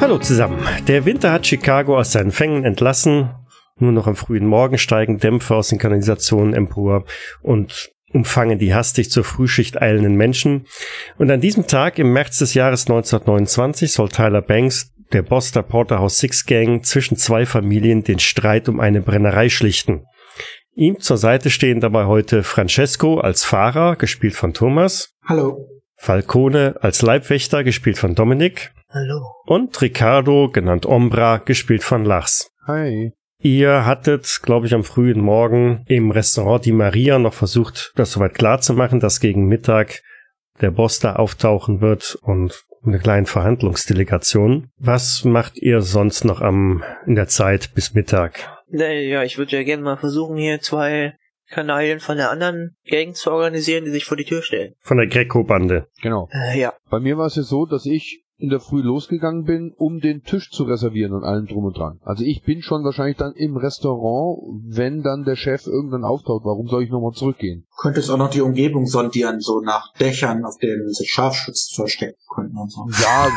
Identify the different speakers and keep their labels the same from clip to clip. Speaker 1: Hallo zusammen. Der Winter hat Chicago aus seinen Fängen entlassen. Nur noch am frühen Morgen steigen Dämpfe aus den Kanalisationen empor und umfangen die hastig zur Frühschicht eilenden Menschen. Und an diesem Tag im März des Jahres 1929 soll Tyler Banks, der Boss der Porterhouse Six Gang, zwischen zwei Familien den Streit um eine Brennerei schlichten. Ihm zur Seite stehen dabei heute Francesco als Fahrer, gespielt von Thomas,
Speaker 2: Hallo.
Speaker 1: Falcone als Leibwächter, gespielt von Dominik,
Speaker 2: Hallo.
Speaker 1: und Ricardo, genannt Ombra, gespielt von Lars.
Speaker 3: Hi.
Speaker 1: Ihr hattet, glaube ich, am frühen Morgen im Restaurant die Maria noch versucht, das soweit klar zu machen, dass gegen Mittag der Boss da auftauchen wird und eine kleine Verhandlungsdelegation. Was macht ihr sonst noch am in der Zeit bis Mittag?
Speaker 4: Naja, ich würde ja gerne mal versuchen, hier zwei Kanalien von der anderen Gang zu organisieren, die sich vor die Tür stellen.
Speaker 1: Von der Greco-Bande.
Speaker 3: Genau.
Speaker 4: Äh, ja.
Speaker 3: Bei mir war es jetzt so, dass ich in der Früh losgegangen bin, um den Tisch zu reservieren und allem drum und dran. Also ich bin schon wahrscheinlich dann im Restaurant, wenn dann der Chef irgendwann auftaucht. Warum soll ich nochmal zurückgehen?
Speaker 2: Könntest auch noch die Umgebung sondieren, so nach Dächern, auf denen sich Scharfschützen verstecken könnten und so.
Speaker 3: Ja,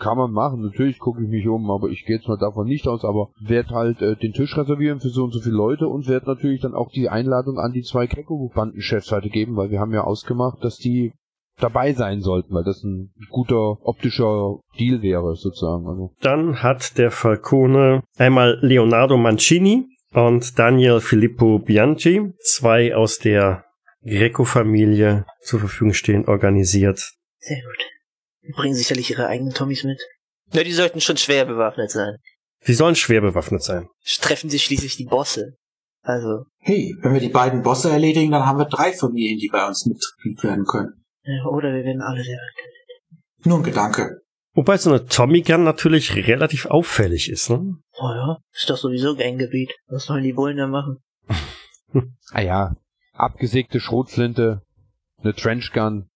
Speaker 3: kann man machen. Natürlich gucke ich mich um, aber ich gehe jetzt mal davon nicht aus. Aber werde halt äh, den Tisch reservieren für so und so viele Leute und werde natürlich dann auch die Einladung an die zwei Kekko-Bandenchefs heute geben, weil wir haben ja ausgemacht, dass die dabei sein sollten, weil das ein guter optischer Deal wäre sozusagen. Also
Speaker 1: Dann hat der Falcone einmal Leonardo Mancini und Daniel Filippo Bianchi, zwei aus der Greco-Familie zur Verfügung stehen, organisiert.
Speaker 4: Sehr gut. Die bringen sicherlich ihre eigenen Tommys mit. Na, die sollten schon schwer bewaffnet sein.
Speaker 1: Sie sollen schwer bewaffnet sein.
Speaker 4: Treffen sich schließlich die Bosse. Also,
Speaker 2: Hey, wenn wir die beiden Bosse erledigen, dann haben wir drei Familien, die bei uns Mitglied werden können.
Speaker 4: äh, oder wir werden alle sehr
Speaker 2: Nur ein Gedanke.
Speaker 1: Wobei so eine Tommy Gun natürlich relativ auffällig ist, ne?
Speaker 4: Oh ja, ist doch sowieso Ganggebiet. Was sollen die Bullen da machen?
Speaker 3: Ah ja, abgesägte Schrotflinte, eine Trenchgun.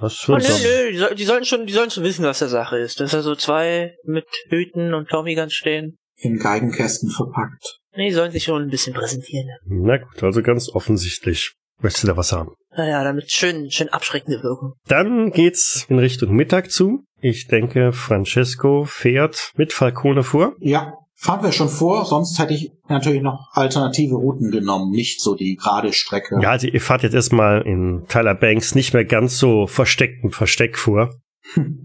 Speaker 1: Das ist schon
Speaker 4: Oh, nö,
Speaker 1: so.
Speaker 4: nö, die, soll, die sollten schon, die sollen schon wissen, was der Sache ist. Dass da so zwei mit Hüten und Tommyguns stehen.
Speaker 2: In Geigenkästen verpackt.
Speaker 4: Nee, die sollen sich schon ein bisschen präsentieren.
Speaker 1: Na gut, also ganz offensichtlich. Möchtest du da was haben?
Speaker 4: Naja, damit schön, schön abschreckende Wirkung.
Speaker 1: Dann geht's in Richtung Mittag zu. Ich denke, Francesco fährt mit Falcone vor.
Speaker 2: Ja, fahren wir schon vor, sonst hätte ich natürlich noch alternative Routen genommen, nicht so die gerade Strecke.
Speaker 1: Ja, also ihr fahrt jetzt erstmal in Tyler Banks nicht mehr ganz so versteckten Versteck vor.
Speaker 2: Hm.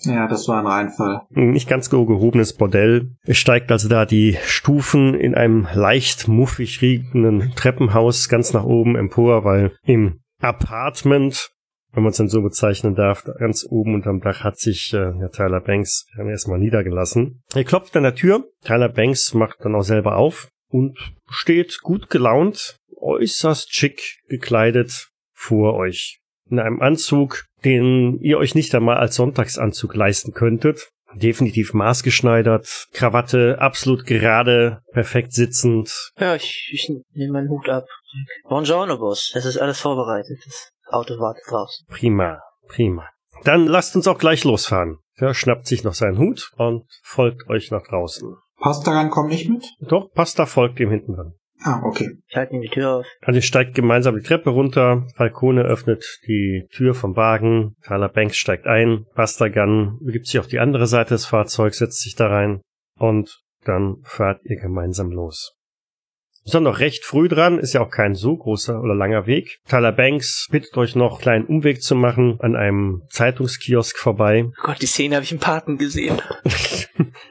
Speaker 2: ja das war ein Reinfall.
Speaker 1: Ein Nicht ganz so gehobenes Bordell. Es steigt also da die Stufen in einem leicht muffig riechenden Treppenhaus ganz nach oben empor, weil im Apartment, wenn man es denn so bezeichnen darf, da ganz oben unterm Dach hat sich äh, Herr Tyler Banks dann erstmal niedergelassen. Er klopft an der Tür. Tyler Banks macht dann auch selber auf und steht gut gelaunt, äußerst schick gekleidet vor euch in einem Anzug, den ihr euch nicht einmal als Sonntagsanzug leisten könntet. Definitiv maßgeschneidert, Krawatte absolut gerade, perfekt sitzend.
Speaker 4: Ja, ich, ich nehme meinen Hut ab. Buongiorno, Boss. Es ist alles vorbereitet. Das Auto wartet draußen.
Speaker 1: Prima, prima. Dann lasst uns auch gleich losfahren. Er schnappt sich noch seinen Hut und folgt euch nach draußen.
Speaker 2: Pastagan kommt nicht mit?
Speaker 1: Doch, Pasta folgt ihm hinten dran.
Speaker 2: Ah, okay.
Speaker 4: Ich halte ihm die Tür auf.
Speaker 1: Also ihr steigt gemeinsam die Treppe runter, Falcone öffnet die Tür vom Wagen, Tyler Banks steigt ein, Bastagan begibt sich auf die andere Seite des Fahrzeugs, setzt sich da rein und dann fahrt ihr gemeinsam los. Wir sind noch recht früh dran, ist ja auch kein so großer oder langer Weg. Tyler Banks bittet euch noch, einen kleinen Umweg zu machen, an einem Zeitungskiosk vorbei.
Speaker 4: Oh Gott, die Szene habe ich im Paten gesehen.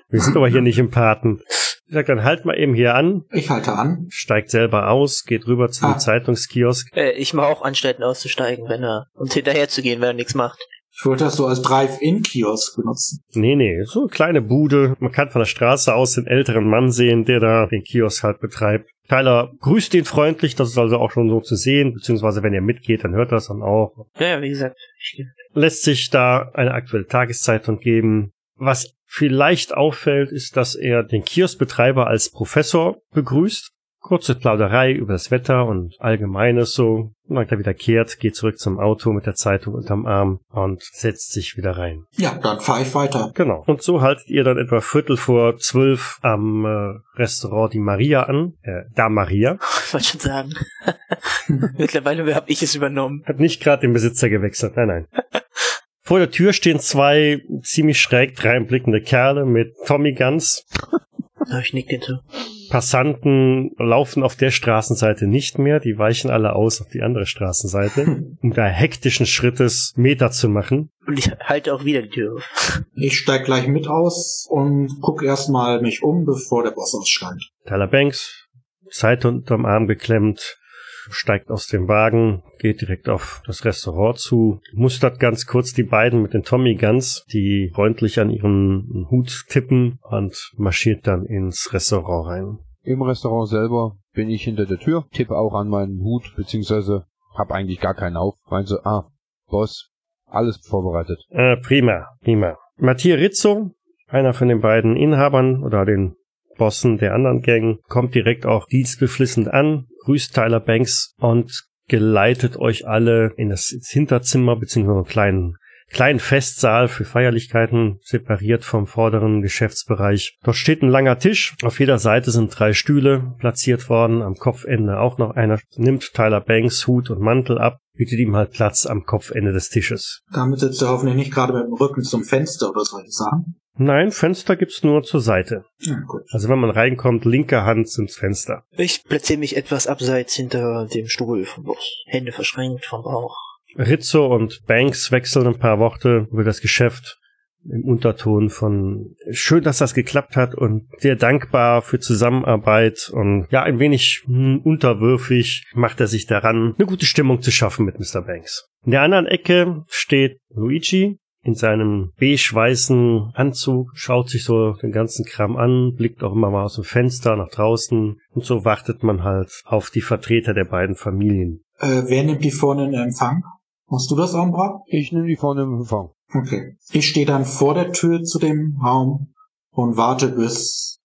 Speaker 1: Wir sind aber hier nicht im Paten. Ich sag dann halt mal eben hier an,
Speaker 2: Ich halte an.
Speaker 1: steigt selber aus, geht rüber zu dem
Speaker 2: Ah.
Speaker 1: Zeitungskiosk.
Speaker 4: Äh, ich mache auch Anstalten auszusteigen, wenn er, und hinterher zu gehen, wenn er nichts macht.
Speaker 2: Ich wollte das so als Drive-In-Kiosk benutzen.
Speaker 1: Nee, nee, so eine kleine Bude. Man kann von der Straße aus den älteren Mann sehen, der da den Kiosk halt betreibt. Tyler grüßt ihn freundlich, das ist also auch schon so zu sehen, beziehungsweise wenn er mitgeht, dann hört das dann auch.
Speaker 4: Ja, ja, wie gesagt, ich gehe.
Speaker 1: Lässt sich da eine aktuelle Tageszeitung geben. Was vielleicht auffällt, ist, dass er den Kioskbetreiber als Professor begrüßt. Kurze Plauderei über das Wetter und Allgemeines so. Und dann wieder kehrt, geht zurück zum Auto mit der Zeitung unterm Arm und setzt sich wieder rein.
Speaker 2: Ja, dann fahre ich weiter.
Speaker 1: Genau. Und so haltet ihr dann etwa Viertel vor zwölf am äh, Restaurant die Maria an. Äh, da Maria.
Speaker 4: Ich wollte schon sagen. Mittlerweile habe ich es übernommen.
Speaker 1: Hat nicht gerade den Besitzer gewechselt. Nein, nein. Vor der Tür stehen zwei ziemlich schräg dreinblickende Kerle mit Tommy Guns.
Speaker 4: Ja, ich nick den zu.
Speaker 1: Passanten laufen auf der Straßenseite nicht mehr, die weichen alle aus auf die andere Straßenseite,
Speaker 2: Hm.
Speaker 1: um da hektischen Schrittes Meter zu machen.
Speaker 4: Und ich halte auch wieder die Tür auf.
Speaker 2: Ich steig gleich mit aus und guck erstmal mich um, bevor der Boss ausschreit.
Speaker 1: Tyler Banks, Seite unterm Arm geklemmt, steigt aus dem Wagen, geht direkt auf das Restaurant zu, mustert ganz kurz die beiden mit den Tommy Guns, die freundlich an ihren Hut tippen und marschiert dann ins Restaurant rein.
Speaker 3: Im Restaurant selber bin ich hinter der Tür, tippe auch an meinen Hut, beziehungsweise hab eigentlich gar keinen auf. Meinte, so, ah, Boss, alles vorbereitet.
Speaker 1: Äh, prima, prima. Mattia Rizzo, einer von den beiden Inhabern oder den Bossen der anderen Gang, kommt direkt auch dienstbeflissend an, grüßt Tyler Banks und geleitet euch alle in das ins Hinterzimmer beziehungsweise einen kleinen kleinen Festsaal für Feierlichkeiten, separiert vom vorderen Geschäftsbereich. Dort steht ein langer Tisch. Auf jeder Seite sind drei Stühle platziert worden. Am Kopfende auch noch einer. Nimmt Tyler Banks Hut und Mantel ab, bietet ihm halt Platz am Kopfende des Tisches.
Speaker 2: Damit sitzt er hoffentlich nicht gerade mit dem Rücken zum Fenster oder solche Sachen.
Speaker 1: Nein, Fenster gibt's nur zur Seite.
Speaker 2: Ja, gut.
Speaker 1: Also wenn man reinkommt, linke Hand sind's Fenster.
Speaker 4: Ich platziere mich etwas abseits hinter dem Stuhl vom Boss. Hände verschränkt vom Bauch.
Speaker 1: Rizzo und Banks wechseln ein paar Worte über das Geschäft im Unterton von schön, dass das geklappt hat und sehr dankbar für Zusammenarbeit und ja, ein wenig hm, unterwürfig macht er sich daran, eine gute Stimmung zu schaffen mit Mr. Banks. In der anderen Ecke steht Luigi in seinem beige-weißen Anzug, schaut sich so den ganzen Kram an, blickt auch immer mal aus dem Fenster nach draußen und so wartet man halt auf die Vertreter der beiden Familien.
Speaker 2: Äh, wer nimmt die vorne in Empfang? Machst du das, Ombra?
Speaker 3: Ich nehme die vorne im Empfang.
Speaker 2: Okay. Ich stehe dann vor der Tür zu dem Raum und warte, bis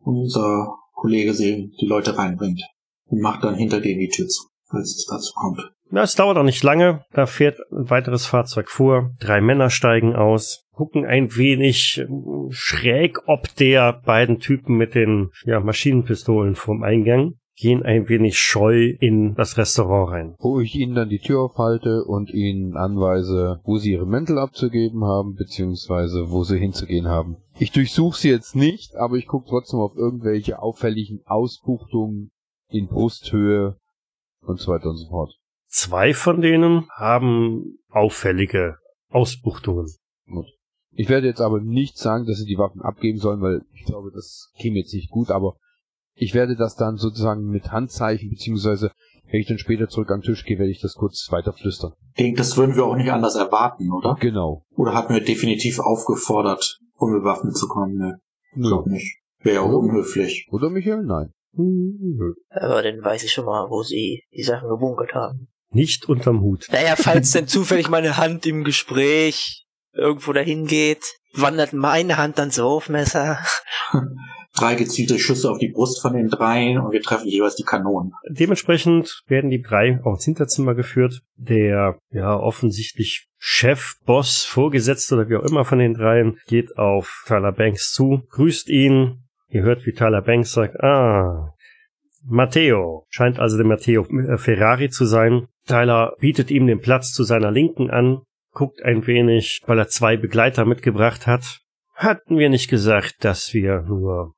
Speaker 2: unser Kollege sie die Leute reinbringt. Und macht dann hinter dir die Tür zu, falls es dazu kommt.
Speaker 1: Na, es dauert auch nicht lange. Da fährt ein weiteres Fahrzeug vor. Drei Männer steigen aus, gucken ein wenig ähm, schräg ob der beiden Typen mit den ja, Maschinenpistolen vorm Eingang, gehen ein wenig scheu in das Restaurant rein.
Speaker 3: Wo ich ihnen dann die Tür aufhalte und ihnen anweise, wo sie ihre Mäntel abzugeben haben, beziehungsweise wo sie hinzugehen haben. Ich durchsuche sie jetzt nicht, aber ich gucke trotzdem auf irgendwelche auffälligen Ausbuchtungen in Brusthöhe und so weiter und so fort.
Speaker 1: Zwei von denen haben auffällige Ausbuchtungen.
Speaker 3: Ich werde jetzt aber nicht sagen, dass sie die Waffen abgeben sollen, weil ich glaube, das käme jetzt nicht gut, aber ich werde das dann sozusagen mit Handzeichen, beziehungsweise wenn ich dann später zurück an den Tisch gehe, werde ich das kurz weiter flüstern.
Speaker 2: Ich denke, das würden wir auch nicht anders erwarten, oder?
Speaker 3: Genau.
Speaker 2: Oder hatten wir definitiv aufgefordert, unbewaffnet zu kommen? Ne,
Speaker 3: Nö.
Speaker 2: glaub nicht. Wäre ja auch unhöflich.
Speaker 3: Oder Michael? Nein.
Speaker 1: Hm, Nö.
Speaker 4: Aber dann weiß ich schon mal, wo sie die Sachen gebunkert haben.
Speaker 1: Nicht unterm Hut.
Speaker 4: Naja, falls denn zufällig meine Hand im Gespräch irgendwo dahin geht, wandert meine Hand ans Wurfmesser.
Speaker 2: Drei gezielte Schüsse auf die Brust von den dreien und wir treffen jeweils die Kanonen.
Speaker 1: Dementsprechend werden die drei auch ins Hinterzimmer geführt. Der ja offensichtlich Chef, Boss, Vorgesetzte oder wie auch immer von den dreien geht auf Tyler Banks zu, grüßt ihn. Ihr hört, wie Tyler Banks sagt, ah, Matteo. Scheint also der Matteo äh, Ferrari zu sein. Tyler bietet ihm den Platz zu seiner Linken an, guckt ein wenig, weil er zwei Begleiter mitgebracht hat. Hatten wir nicht gesagt, dass wir nur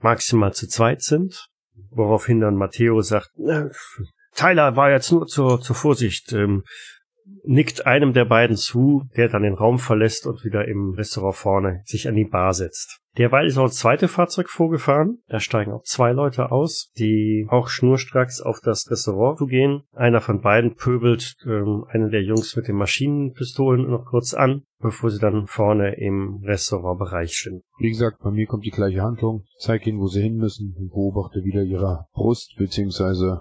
Speaker 1: maximal zu zweit sind? Woraufhin dann Matteo sagt, "Na, Tyler war jetzt nur zur, zur Vorsicht, ähm, nickt einem der beiden zu, der dann den Raum verlässt und wieder im Restaurant vorne sich an die Bar setzt. Derweil ist auch das zweite Fahrzeug vorgefahren. Da steigen auch zwei Leute aus, die auch schnurstracks auf das Restaurant zu gehen. Einer von beiden pöbelt ähm, einen der Jungs mit den Maschinenpistolen noch kurz an, bevor sie dann vorne im Restaurantbereich sind.
Speaker 3: Wie gesagt, bei mir kommt die gleiche Handlung. Zeig ihnen, wo sie hin müssen und beobachte wieder ihre Brust, beziehungsweise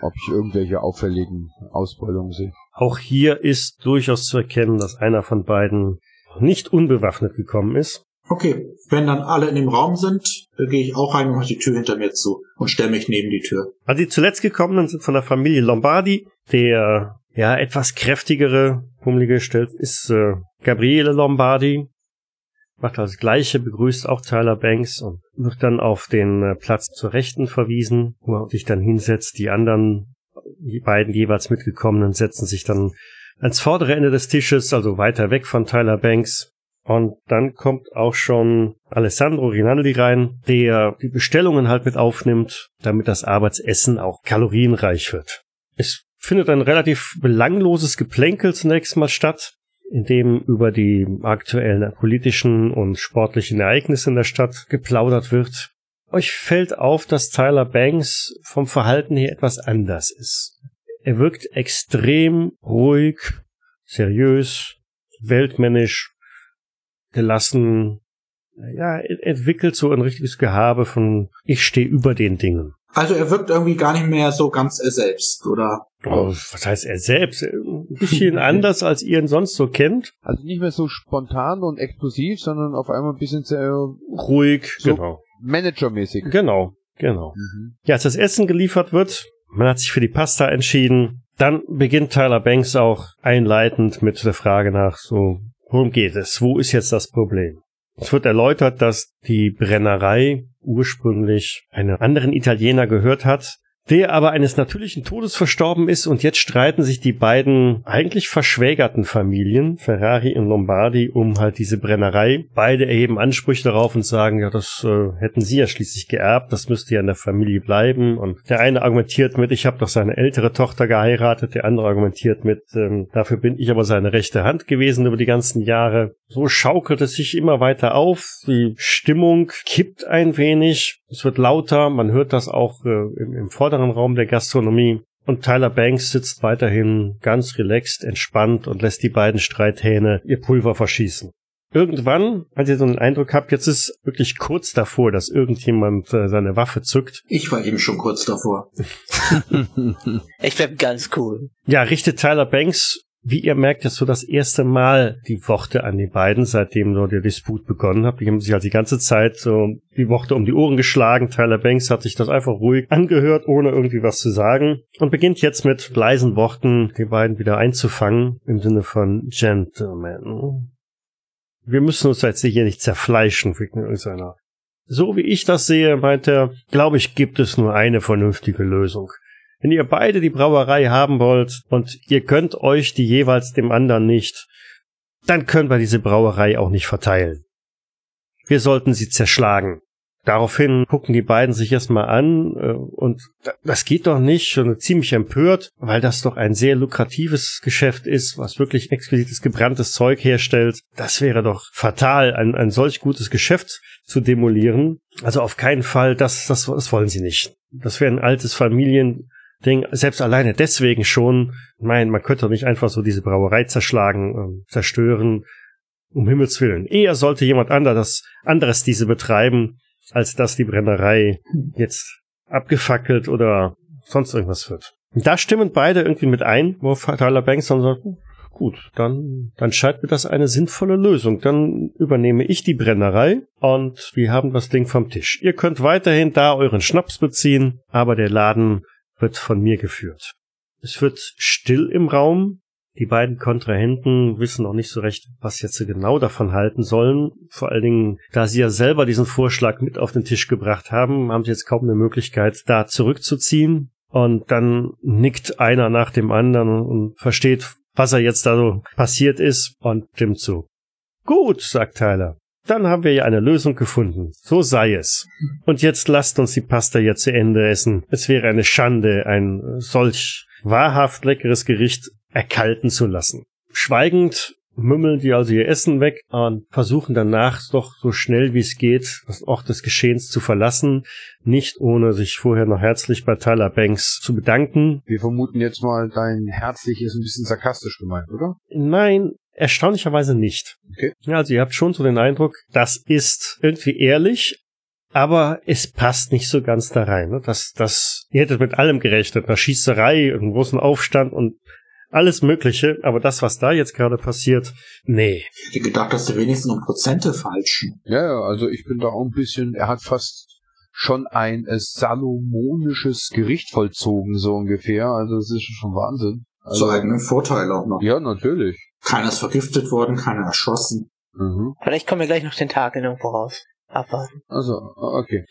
Speaker 3: ob ich irgendwelche auffälligen Ausbeulungen sehe.
Speaker 1: Auch hier ist durchaus zu erkennen, dass einer von beiden nicht unbewaffnet gekommen ist.
Speaker 2: Okay, wenn dann alle in dem Raum sind, äh, gehe ich auch rein und mache die Tür hinter mir zu und stelle mich neben die Tür.
Speaker 1: Also die zuletzt gekommenen sind von der Familie Lombardi. Der ja etwas kräftigere, hummelige stellt ist äh, Gabriele Lombardi. Macht das gleiche, begrüßt auch Tyler Banks und wird dann auf den äh, Platz zur Rechten verwiesen, wo er sich dann hinsetzt. Die anderen, die beiden jeweils mitgekommenen, setzen sich dann ans vordere Ende des Tisches, also weiter weg von Tyler Banks. Und dann kommt auch schon Alessandro Rinaldi rein, der die Bestellungen halt mit aufnimmt, damit das Arbeitsessen auch kalorienreich wird. Es findet ein relativ belangloses Geplänkel zunächst mal statt, in dem über die aktuellen politischen und sportlichen Ereignisse in der Stadt geplaudert wird. Euch fällt auf, dass Tyler Banks vom Verhalten her etwas anders ist. Er wirkt extrem ruhig, seriös, weltmännisch, gelassen. Ja, er entwickelt so ein richtiges Gehabe von ich stehe über den Dingen.
Speaker 2: Also er wirkt irgendwie gar nicht mehr so ganz er selbst, oder?
Speaker 1: Oh, was heißt er selbst? Äh, Ein bisschen anders, als ihr ihn sonst so kennt.
Speaker 3: Also nicht mehr so spontan und explosiv, sondern auf einmal ein bisschen sehr
Speaker 1: Ruhig,
Speaker 3: So.
Speaker 1: genau.
Speaker 3: managermäßig.
Speaker 1: Genau, genau. Ja, als das Essen geliefert wird, man hat sich für die Pasta entschieden, dann beginnt Tyler Banks auch einleitend mit der Frage nach so, worum geht es? Wo ist jetzt das Problem? Es wird erläutert, dass die Brennerei ursprünglich einem anderen Italiener gehört hat, der aber eines natürlichen Todes verstorben ist und jetzt streiten sich die beiden eigentlich verschwägerten Familien, Ferrari und Lombardi, um halt diese Brennerei. Beide erheben Ansprüche darauf und sagen, ja, das äh, hätten sie ja schließlich geerbt, das müsste ja in der Familie bleiben. Und der eine argumentiert mit, ich habe doch seine ältere Tochter geheiratet, der andere argumentiert mit, ähm, dafür bin ich aber seine rechte Hand gewesen über die ganzen Jahre. So schaukelt es sich immer weiter auf, die Stimmung kippt ein wenig, es wird lauter, man hört das auch äh, im, im vorderen Raum der Gastronomie. Und Tyler Banks sitzt weiterhin ganz relaxed, entspannt und lässt die beiden Streithähne ihr Pulver verschießen. Irgendwann, als ihr so einen Eindruck habt, jetzt ist wirklich kurz davor, dass irgendjemand äh, seine Waffe zückt,
Speaker 2: Ich war eben schon kurz davor.
Speaker 4: Ich bleib ganz cool.
Speaker 1: ja, richtet Tyler Banks, wie ihr merkt, jetzt so das erste Mal die Worte an die beiden, seitdem so der Disput begonnen hat. Die haben sich halt die ganze Zeit so die Worte um die Ohren geschlagen. Tyler Banks hat sich das einfach ruhig angehört, ohne irgendwie was zu sagen. Und beginnt jetzt mit leisen Worten die beiden wieder einzufangen, im Sinne von Gentlemen. Wir müssen uns jetzt hier nicht zerfleischen wegen irgendeiner. So wie ich das sehe, meint er, glaube ich, gibt es nur eine vernünftige Lösung. Wenn ihr beide die Brauerei haben wollt und ihr könnt euch die jeweils dem anderen nicht, dann können wir diese Brauerei auch nicht verteilen. Wir sollten sie zerschlagen. Daraufhin gucken die beiden sich erstmal an äh, und da- das geht doch nicht und ziemlich empört, weil das doch ein sehr lukratives Geschäft ist, was wirklich exquisites gebranntes Zeug herstellt. Das wäre doch fatal, ein, ein solch gutes Geschäft zu demolieren. Also auf keinen Fall, das, das, das wollen sie nicht. Das wäre ein altes Familien, Ding, selbst alleine deswegen schon, ich meine, man könnte doch nicht einfach so diese Brauerei zerschlagen, ähm, zerstören, um Himmels Willen. Eher sollte jemand anderes, anderes diese betreiben, als dass die Brennerei jetzt abgefackelt oder sonst irgendwas wird. Und da stimmen beide irgendwie mit ein, wo Tyler Banks dann sagt, gut, dann, dann scheint mir das eine sinnvolle Lösung. Dann übernehme ich die Brennerei und wir haben das Ding vom Tisch. Ihr könnt weiterhin da euren Schnaps beziehen, aber der Laden wird von mir geführt. Es wird still im Raum. Die beiden Kontrahenten wissen noch nicht so recht, was jetzt sie genau davon halten sollen. Vor allen Dingen, da sie ja selber diesen Vorschlag mit auf den Tisch gebracht haben, haben sie jetzt kaum eine Möglichkeit, da zurückzuziehen. Und dann nickt einer nach dem anderen und versteht, was er jetzt da so passiert ist und stimmt zu. Gut, sagt Tyler. Dann haben wir ja eine Lösung gefunden. So sei es. Und jetzt lasst uns die Pasta ja zu Ende essen. Es wäre eine Schande, ein äh, solch wahrhaft leckeres Gericht erkalten zu lassen. Schweigend mümmeln die also ihr Essen weg und versuchen danach doch so schnell wie es geht, das Ort des Geschehens zu verlassen, nicht ohne sich vorher noch herzlich bei Tyler Banks zu bedanken.
Speaker 3: Wir vermuten jetzt mal, dein herzlich ist ein bisschen sarkastisch gemeint, oder?
Speaker 1: Nein, erstaunlicherweise nicht.
Speaker 3: Okay.
Speaker 1: Ja, also ihr habt schon so den Eindruck, das ist irgendwie ehrlich, aber es passt nicht so ganz da rein. Ne? Das, das, ihr hättet mit allem gerechnet, einer Schießerei, einem großen Aufstand und alles Mögliche, aber das, was da jetzt gerade passiert, nee.
Speaker 2: Ich hätte gedacht, dass du wenigstens um Prozente falschen.
Speaker 3: Ja, ja, also ich bin da auch ein bisschen, er hat fast schon ein äh, salomonisches Gericht vollzogen, so ungefähr. Also das ist schon Wahnsinn. Also,
Speaker 2: Zu eigenem Vorteil auch noch.
Speaker 3: ja, natürlich.
Speaker 2: Keiner ist vergiftet worden, keiner erschossen.
Speaker 3: Mhm.
Speaker 4: Vielleicht kommen wir gleich noch den Tag in irgendwo raus. Abwarten.
Speaker 3: Also, okay.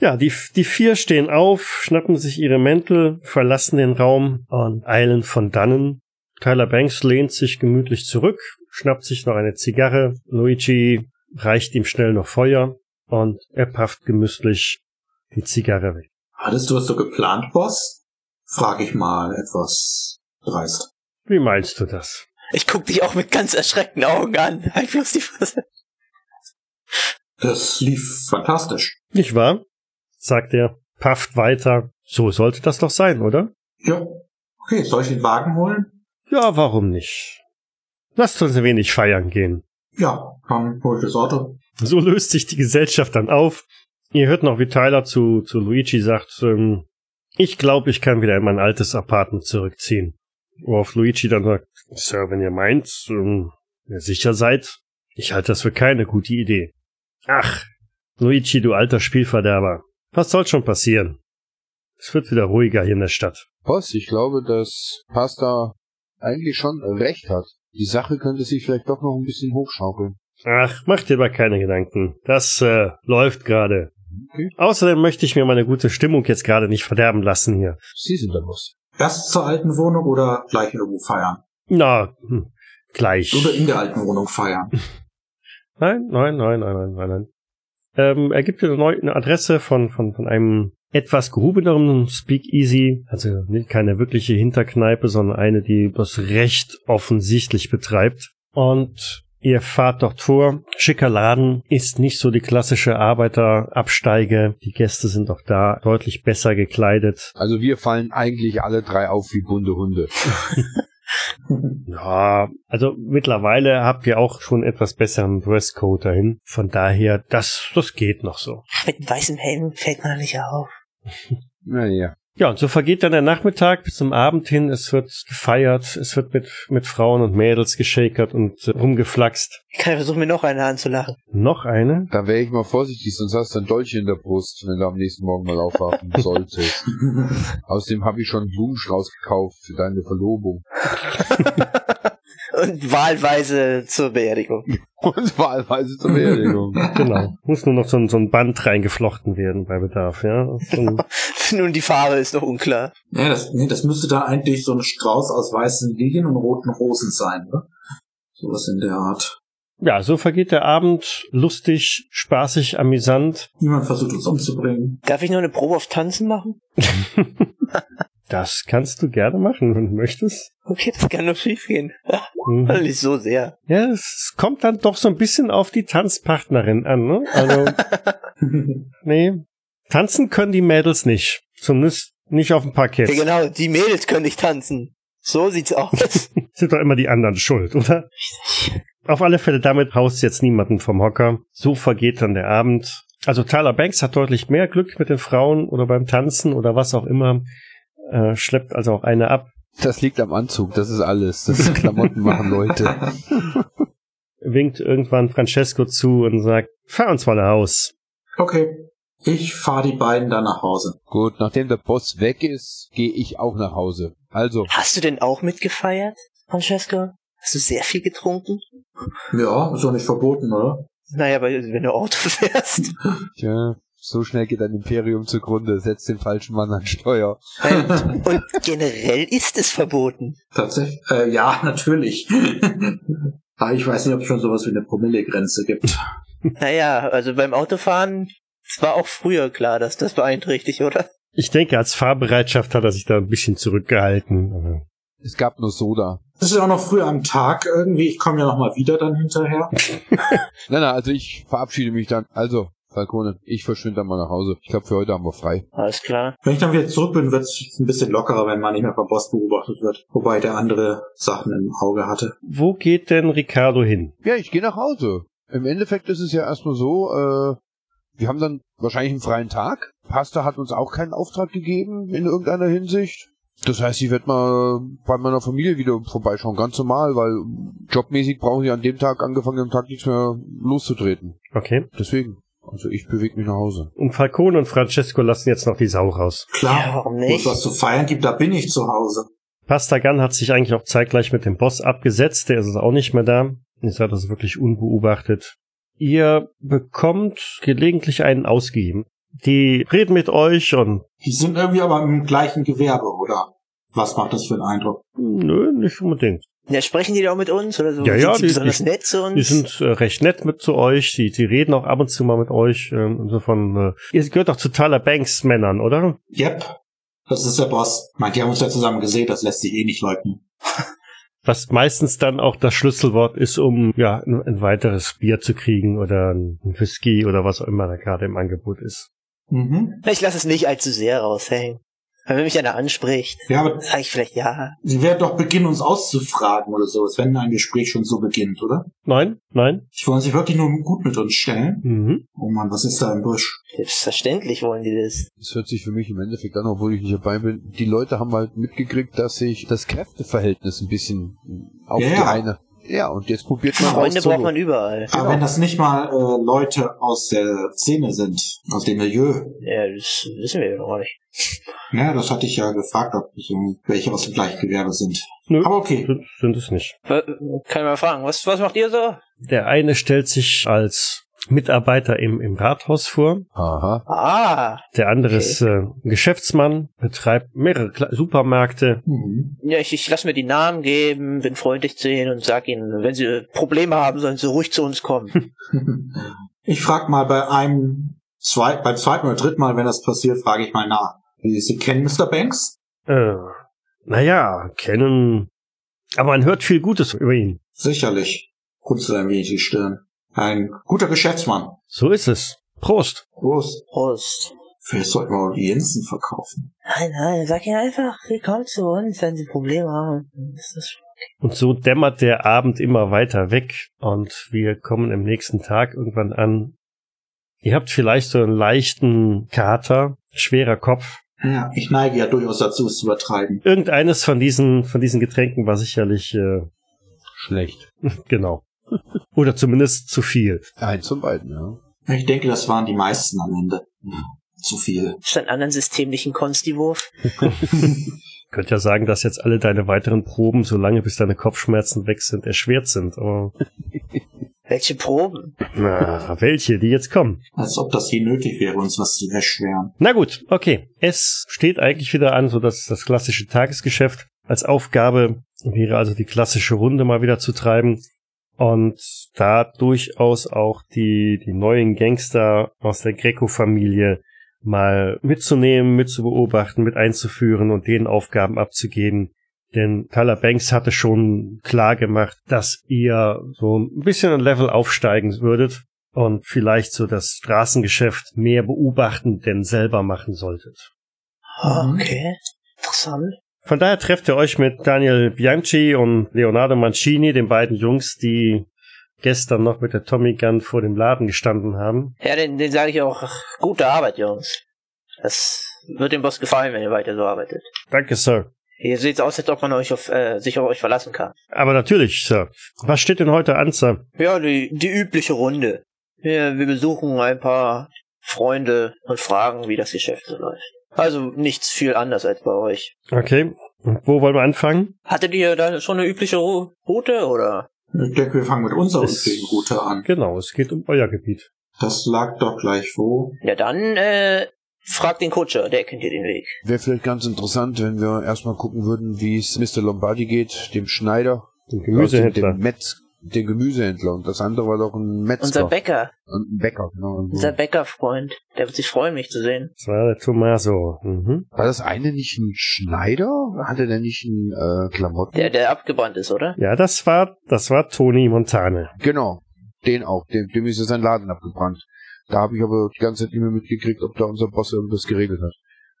Speaker 1: Ja, die, die vier stehen auf, schnappen sich ihre Mäntel, verlassen den Raum und eilen von dannen. Tyler Banks lehnt sich gemütlich zurück, schnappt sich noch eine Zigarre. Luigi reicht ihm schnell noch Feuer und er pafft gemütlich die Zigarre weg.
Speaker 2: Hattest du das so geplant, Boss? Frag ich mal etwas dreist.
Speaker 1: Wie meinst du das?
Speaker 4: Ich guck dich auch mit ganz erschreckten Augen an. Halt bloß die Fresse.
Speaker 2: Das lief fantastisch.
Speaker 1: Nicht wahr? sagt er, pafft weiter. So sollte das doch sein, oder?
Speaker 2: Ja. Okay, soll ich den Wagen holen?
Speaker 1: Ja, warum nicht? Lasst uns ein wenig feiern gehen.
Speaker 2: Ja, dann hol ich das Auto.
Speaker 1: So löst sich die Gesellschaft dann auf. Ihr hört noch, wie Tyler zu, zu Luigi sagt, ähm, ich glaube, ich kann wieder in mein altes Apartment zurückziehen. Worauf Luigi dann sagt, Sir, wenn ihr meint, ähm, wenn ihr sicher seid, ich halte das für keine gute Idee. Ach, Luigi, du alter Spielverderber. Was soll schon passieren? Es wird wieder ruhiger hier in der Stadt.
Speaker 3: Boss, ich glaube, dass Pasta eigentlich schon recht hat. Die Sache könnte sich vielleicht doch noch ein bisschen hochschaukeln.
Speaker 1: Ach, mach dir mal keine Gedanken. Das äh, läuft gerade.
Speaker 3: Okay.
Speaker 1: Außerdem möchte ich mir meine gute Stimmung jetzt gerade nicht verderben lassen hier.
Speaker 3: Sie sind der Boss.
Speaker 2: Erst zur alten Wohnung oder gleich irgendwo feiern?
Speaker 1: Na, hm, gleich.
Speaker 2: Oder in der alten Wohnung feiern.
Speaker 1: Nein, nein, nein, nein, nein, nein, nein. Ähm, er gibt dir eine, neue, eine Adresse von, von, von einem etwas gehobeneren Speakeasy, also nicht keine wirkliche Hinterkneipe, sondern eine, die das recht offensichtlich betreibt. Und ihr fahrt dort vor. Schicker Laden ist nicht so die klassische Arbeiterabsteige. Die Gäste sind auch da deutlich besser gekleidet.
Speaker 3: Also wir fallen eigentlich alle drei auf wie bunte Hunde.
Speaker 1: Ja, also mittlerweile habt ihr auch schon etwas besseren Dresscode dahin. Von daher, das, das geht noch so.
Speaker 4: Mit dem weißen Helm fällt man nicht auf.
Speaker 3: Naja.
Speaker 1: Ja, und so vergeht dann der Nachmittag bis zum Abend hin. Es wird gefeiert, es wird mit, mit Frauen und Mädels geschakert und äh, rumgeflaxt.
Speaker 4: Ich kann ja versuchen, mir noch eine anzulachen.
Speaker 1: Noch eine?
Speaker 3: Da wäre ich mal vorsichtig, sonst hast du ein Dolch in der Brust, wenn du am nächsten Morgen mal aufwachen solltest. Außerdem habe ich schon einen Blumenstrauß gekauft für deine Verlobung.
Speaker 4: Und wahlweise zur Beerdigung.
Speaker 3: Und wahlweise zur Beerdigung.
Speaker 1: Genau. Muss nur noch so ein, so ein Band reingeflochten werden bei Bedarf, ja? So ein,
Speaker 4: Nun, die Farbe ist noch unklar.
Speaker 2: Nee, das, nee, das müsste da eigentlich so ein Strauß aus weißen Lilien und roten Rosen sein, oder? Sowas in der Art.
Speaker 1: ja, so vergeht der Abend lustig, spaßig, amüsant.
Speaker 2: Niemand versucht uns umzubringen.
Speaker 4: Darf ich noch eine Probe auf Tanzen machen?
Speaker 1: Das kannst du gerne machen, wenn du möchtest.
Speaker 4: Okay, das kann nur schief gehen. Hm.
Speaker 1: Mhm.
Speaker 4: Nicht so sehr.
Speaker 1: Ja, es kommt dann doch so ein bisschen auf die Tanzpartnerin an, ne? Also, nee. Tanzen können die Mädels nicht. Zumindest nicht auf dem Parkett.
Speaker 4: Ja, genau, die Mädels können nicht tanzen. So sieht's aus.
Speaker 1: sind doch immer die anderen schuld, oder? Auf alle Fälle, damit haust jetzt niemanden vom Hocker. So vergeht dann der Abend. Also Tyler Banks hat deutlich mehr Glück mit den Frauen oder beim Tanzen oder was auch immer. Äh, schleppt also auch eine ab.
Speaker 3: Das liegt am Anzug, das ist alles. Das ist Klamotten machen Leute.
Speaker 1: Winkt irgendwann Francesco zu und sagt, fahr uns mal nach Haus.
Speaker 2: Okay. Ich fahre die beiden dann nach Hause.
Speaker 3: Gut, nachdem der Boss weg ist, gehe ich auch nach Hause. Also,
Speaker 4: Hast du denn auch mitgefeiert, Francesco? Hast du sehr viel getrunken?
Speaker 2: Ja, ist doch nicht verboten, oder?
Speaker 4: Naja, aber wenn du Auto fährst.
Speaker 3: tja, so schnell geht ein Imperium zugrunde. Setzt den falschen Mann an Steuer.
Speaker 4: Und generell ist es verboten.
Speaker 2: Tatsächlich? Äh, ja, natürlich. Aber ich weiß nicht, ob es schon sowas wie eine Promillegrenze gibt.
Speaker 4: Naja, also beim Autofahren, es war auch früher klar, dass das beeinträchtigt, oder?
Speaker 1: Ich denke, als Fahrbereitschaft hat er sich da ein bisschen zurückgehalten. aber-
Speaker 3: Es gab nur Soda.
Speaker 2: Es ist ja auch noch früh am Tag irgendwie. Ich komme ja noch mal wieder dann hinterher.
Speaker 3: Na, na, also ich verabschiede mich dann. Also, Falcone, ich verschwinde dann mal nach Hause. Ich glaube, für heute haben wir frei.
Speaker 4: Alles klar.
Speaker 2: Wenn ich dann wieder zurück bin, wird es ein bisschen lockerer, wenn man nicht mehr vom Boss beobachtet wird. Wobei der andere Sachen im Auge hatte.
Speaker 1: Wo geht denn Ricardo hin?
Speaker 3: Ja, ich gehe nach Hause. Im Endeffekt ist es ja erstmal so, äh, wir haben dann wahrscheinlich einen freien Tag. Pasta hat uns auch keinen Auftrag gegeben in irgendeiner Hinsicht. Das heißt, ich werde mal bei meiner Familie wieder vorbeischauen, ganz normal, weil jobmäßig brauchen ich an dem Tag, angefangenen Tag, nichts mehr loszutreten.
Speaker 1: Okay.
Speaker 3: Deswegen, also ich bewege mich nach Hause.
Speaker 1: Und Falcone und Francesco lassen jetzt noch die Sau raus.
Speaker 2: Klar,
Speaker 4: Ja, warum
Speaker 2: wo es
Speaker 4: nicht?
Speaker 2: was zu feiern gibt, da bin ich zu Hause.
Speaker 1: Pastagan hat sich eigentlich auch zeitgleich mit dem Boss abgesetzt, der ist also auch nicht mehr da. Jetzt hat das wirklich unbeobachtet. Ihr bekommt gelegentlich einen ausgegeben. Die reden mit euch und
Speaker 2: Die sind irgendwie aber im gleichen Gewerbe, oder? Was macht das für einen Eindruck?
Speaker 1: Nö, nicht unbedingt.
Speaker 4: Ja, sprechen die da auch mit uns oder so?
Speaker 1: Ja,
Speaker 4: sind
Speaker 1: ja,
Speaker 4: die,
Speaker 1: die-
Speaker 4: besonders
Speaker 1: die-
Speaker 4: nett zu uns?
Speaker 1: Die sind äh, recht nett mit zu euch, die, die reden auch ab und zu mal mit euch. Ähm, und so von, äh, ihr gehört doch zu Tyler Banks Männern, oder?
Speaker 2: Yep. Das ist der Boss. Man, die haben uns ja zusammen gesehen, das lässt sich eh nicht leugnen.
Speaker 1: Was meistens dann auch das Schlüsselwort ist, um ja ein, ein weiteres Bier zu kriegen oder ein Whisky oder was auch immer da gerade im Angebot ist.
Speaker 2: Mhm.
Speaker 4: ich lasse es nicht allzu sehr raushängen. Wenn mich einer anspricht,
Speaker 2: Ja, aber
Speaker 4: sage ich vielleicht ja.
Speaker 2: sie werden doch beginnen, uns auszufragen oder sowas, wenn ein Gespräch schon so beginnt, oder?
Speaker 1: Nein, nein.
Speaker 2: Die wollen sich wirklich nur gut mit uns stellen.
Speaker 1: Mhm.
Speaker 2: Oh Mann, was ist da im Busch?
Speaker 4: Selbstverständlich wollen die das.
Speaker 3: Das hört sich für mich im Endeffekt an, obwohl ich nicht dabei bin. Die Leute haben halt mitgekriegt, dass sich das Kräfteverhältnis ein bisschen auf
Speaker 2: Ja,
Speaker 3: die
Speaker 2: ja.
Speaker 3: eine. Ja, und jetzt probiert man
Speaker 4: Freunde braucht
Speaker 3: rauszuholen.
Speaker 4: man überall.
Speaker 2: Aber wenn das nicht mal äh, Leute aus der Szene sind, aus dem Milieu,
Speaker 4: Ja, das wissen wir ja noch nicht.
Speaker 2: Ja, das hatte ich ja gefragt, ob ich irgendwie welche aus dem gleichen Gewerbe sind.
Speaker 1: Nö,
Speaker 2: Aber okay.
Speaker 1: sind, sind es nicht.
Speaker 4: W- Kann ich mal fragen, was, was macht ihr so?
Speaker 1: Der eine stellt sich als Mitarbeiter im, im Rathaus vor.
Speaker 3: Aha.
Speaker 4: Ah,
Speaker 1: Der andere ist äh, Geschäftsmann, betreibt mehrere Kle Supermärkte.
Speaker 2: Mhm.
Speaker 4: ja, ich, ich lasse mir die Namen geben, bin freundlich zu ihnen und sag ihnen, wenn sie Probleme haben, sollen sie ruhig zu uns kommen.
Speaker 2: Ich frage mal bei einem, zwei, beim zweiten oder dritten Mal, wenn das passiert, frage ich mal nach. Wie, Sie kennen Mr. Banks?
Speaker 1: Äh, naja, kennen. Aber man hört viel Gutes über ihn.
Speaker 2: Sicherlich. Runzelt ein wenig die Stirn. Ein guter Geschäftsmann.
Speaker 1: So ist es. Prost.
Speaker 2: Groß.
Speaker 4: Prost.
Speaker 2: Vielleicht sollten wir Audienzen verkaufen.
Speaker 4: Nein, nein, sag ihnen einfach, sie kommen zu uns, wenn sie Probleme haben. Das ist
Speaker 1: Und so dämmert der Abend immer weiter weg und wir kommen im nächsten Tag irgendwann an. Ihr habt vielleicht so einen leichten Kater, schwerer Kopf.
Speaker 2: Ja, ich neige ja durchaus dazu, es zu übertreiben.
Speaker 1: Irgendeines von diesen, von diesen Getränken war sicherlich, äh,
Speaker 3: Schlecht.
Speaker 1: genau. Oder zumindest zu viel.
Speaker 3: Eins und beiden, ja.
Speaker 2: Ich denke, das waren die meisten am Ende. Zu viel.
Speaker 4: ist ein anderen System nicht ein Konstiwurf.
Speaker 1: Könnt ja sagen, dass jetzt alle deine weiteren Proben, solange bis deine Kopfschmerzen weg sind, erschwert sind. Aber
Speaker 4: Welche Proben?
Speaker 1: na, welche, die jetzt kommen.
Speaker 2: Als ob das je nötig wäre, uns was zu erschweren.
Speaker 1: Na gut, okay. Es steht eigentlich wieder an, so dass das klassische Tagesgeschäft als Aufgabe wäre also die klassische Runde mal wieder zu treiben und da durchaus auch die, die neuen Gangster aus der Greco-Familie mal mitzunehmen, mitzubeobachten, mit einzuführen und denen Aufgaben abzugeben. Denn Tyler Banks hatte schon klar gemacht, dass ihr so ein bisschen ein Level aufsteigen würdet und vielleicht so das Straßengeschäft mehr beobachten denn selber machen solltet.
Speaker 4: Ah, okay. Interessant.
Speaker 1: Von daher trefft ihr euch mit Daniel Bianchi und Leonardo Mancini, den beiden Jungs, die gestern noch mit der Tommy Gun vor dem Laden gestanden haben.
Speaker 4: Ja, den, den sage ich auch, gute Arbeit, Jungs. Das wird dem Boss gefallen, wenn ihr weiter so arbeitet.
Speaker 1: Danke, Sir.
Speaker 4: Hier sieht's aus, als ob man euch auf, äh, sich auf euch verlassen kann.
Speaker 1: Aber natürlich, Sir. Was steht denn heute an, Sir?
Speaker 4: Ja, die, die übliche Runde. Wir, wir besuchen ein paar Freunde und fragen, wie das Geschäft so läuft. Also nichts viel anders als bei euch.
Speaker 1: Okay. Und wo wollen wir anfangen?
Speaker 4: Hattet ihr da schon eine übliche Ru- Route oder?
Speaker 2: Ich denke, wir fangen mit unserer
Speaker 1: Es-
Speaker 2: üblichen Route an.
Speaker 1: Genau, es geht um euer Gebiet.
Speaker 2: Das lag doch gleich wo.
Speaker 4: Ja, dann äh, fragt den Kutscher, der kennt dir den Weg.
Speaker 3: Wäre vielleicht ganz interessant, wenn wir erstmal gucken würden, wie es Mr. Lombardi geht, dem Schneider,
Speaker 1: Den
Speaker 3: also
Speaker 1: Gemüsehändler.
Speaker 3: dem Metz, dem Gemüsehändler. Und das andere war doch ein
Speaker 4: Unser
Speaker 3: Metzger.
Speaker 4: Bäcker,
Speaker 3: und ein Bäcker, genau.
Speaker 4: unser Bäckerfreund, der wird sich freuen, mich zu sehen.
Speaker 1: Das war der Tommaso. Mhm.
Speaker 3: War das eine nicht ein Schneider? Hatte der nicht einen äh, Klamotten?
Speaker 4: Der, der abgebrannt ist, oder?
Speaker 1: Ja, das war, das war Toni Montane.
Speaker 3: Genau, den auch. Dem, dem ist ja sein Laden abgebrannt. Da habe ich aber die ganze Zeit nicht mehr mitgekriegt, ob da unser Boss irgendwas geregelt hat.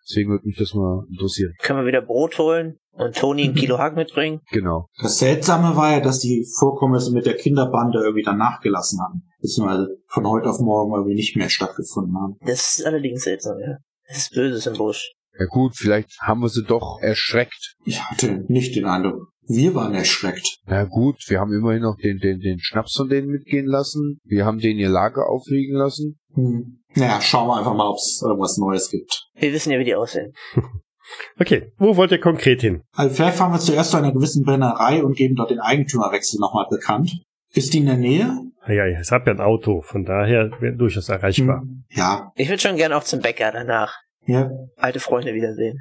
Speaker 3: Deswegen würde mich das mal interessieren.
Speaker 4: Können wir wieder Brot holen und Toni ein Kilo Hack mitbringen?
Speaker 3: Genau.
Speaker 2: Das Seltsame war ja, dass die Vorkommnisse mit der Kinderbande irgendwie danach gelassen haben. Beziehungsweise von heute auf morgen irgendwie nicht mehr stattgefunden haben.
Speaker 4: Das ist allerdings seltsam, ja. Das ist Böses im Busch.
Speaker 3: Ja gut, vielleicht haben wir sie doch erschreckt.
Speaker 2: Ich hatte nicht den Eindruck. Wir waren erschreckt.
Speaker 3: Na gut, wir haben immerhin noch den, den, den Schnaps von denen mitgehen lassen. Wir haben denen ihr Lager aufliegen lassen.
Speaker 2: Hm. Naja, schauen wir einfach mal, ob es irgendwas Neues gibt.
Speaker 4: Wir wissen ja, wie die aussehen.
Speaker 1: Okay, wo wollt ihr konkret hin?
Speaker 2: Also vielleicht fahren wir zuerst zu einer gewissen Brennerei und geben dort den Eigentümerwechsel nochmal bekannt. Ist die in der Nähe?
Speaker 1: Ah Ja, ja, es habt ja ein Auto, von daher wäre durchaus erreichbar.
Speaker 2: Hm. Ja.
Speaker 4: Ich würde schon gern auch zum Bäcker danach
Speaker 2: Ja.
Speaker 4: alte Freunde wiedersehen.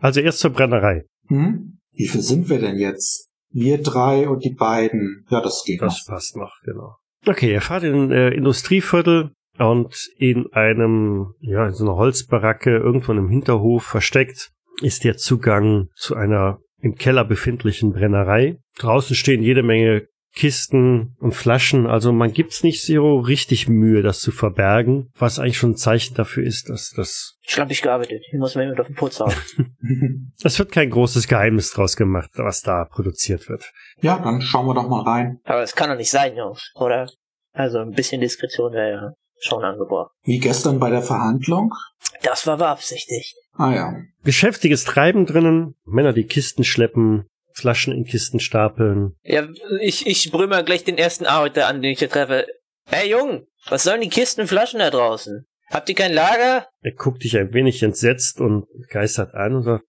Speaker 1: Also erst zur Brennerei.
Speaker 2: Hm? Wie viel sind wir denn jetzt? Wir drei und die beiden. Ja, das geht
Speaker 1: Das
Speaker 2: noch.
Speaker 1: passt noch, genau. Okay, ihr fahrt in äh, Industrieviertel und in einem, ja, in so einer Holzbaracke, irgendwo in einem Hinterhof versteckt, ist der Zugang zu einer im Keller befindlichen Brennerei. Draußen stehen jede Menge Kisten und Flaschen, also man gibt's nicht so richtig Mühe, das zu verbergen, was eigentlich schon ein Zeichen dafür ist, dass das
Speaker 4: Schlampig gearbeitet. Hier muss man jemand auf den Putz haben.
Speaker 1: es wird kein großes Geheimnis draus gemacht, was da produziert wird.
Speaker 2: ja, dann schauen wir doch mal rein.
Speaker 4: Aber das kann doch nicht sein, Jungs, oder? Also ein bisschen Diskretion wäre ja schon angebracht.
Speaker 2: Wie gestern bei der Verhandlung?
Speaker 4: Das war beabsichtigt.
Speaker 2: Ah ja.
Speaker 1: geschäftiges Treiben drinnen. Männer, die Kisten schleppen, Flaschen in Kisten stapeln.
Speaker 4: Ja, ich, ich brüll mal gleich den ersten Arbeiter an, den ich hier treffe. Hey Jung, was sollen die Kisten und Flaschen da draußen? Habt ihr kein Lager?
Speaker 1: Er guckt dich ein wenig entsetzt und geistert an und sagt,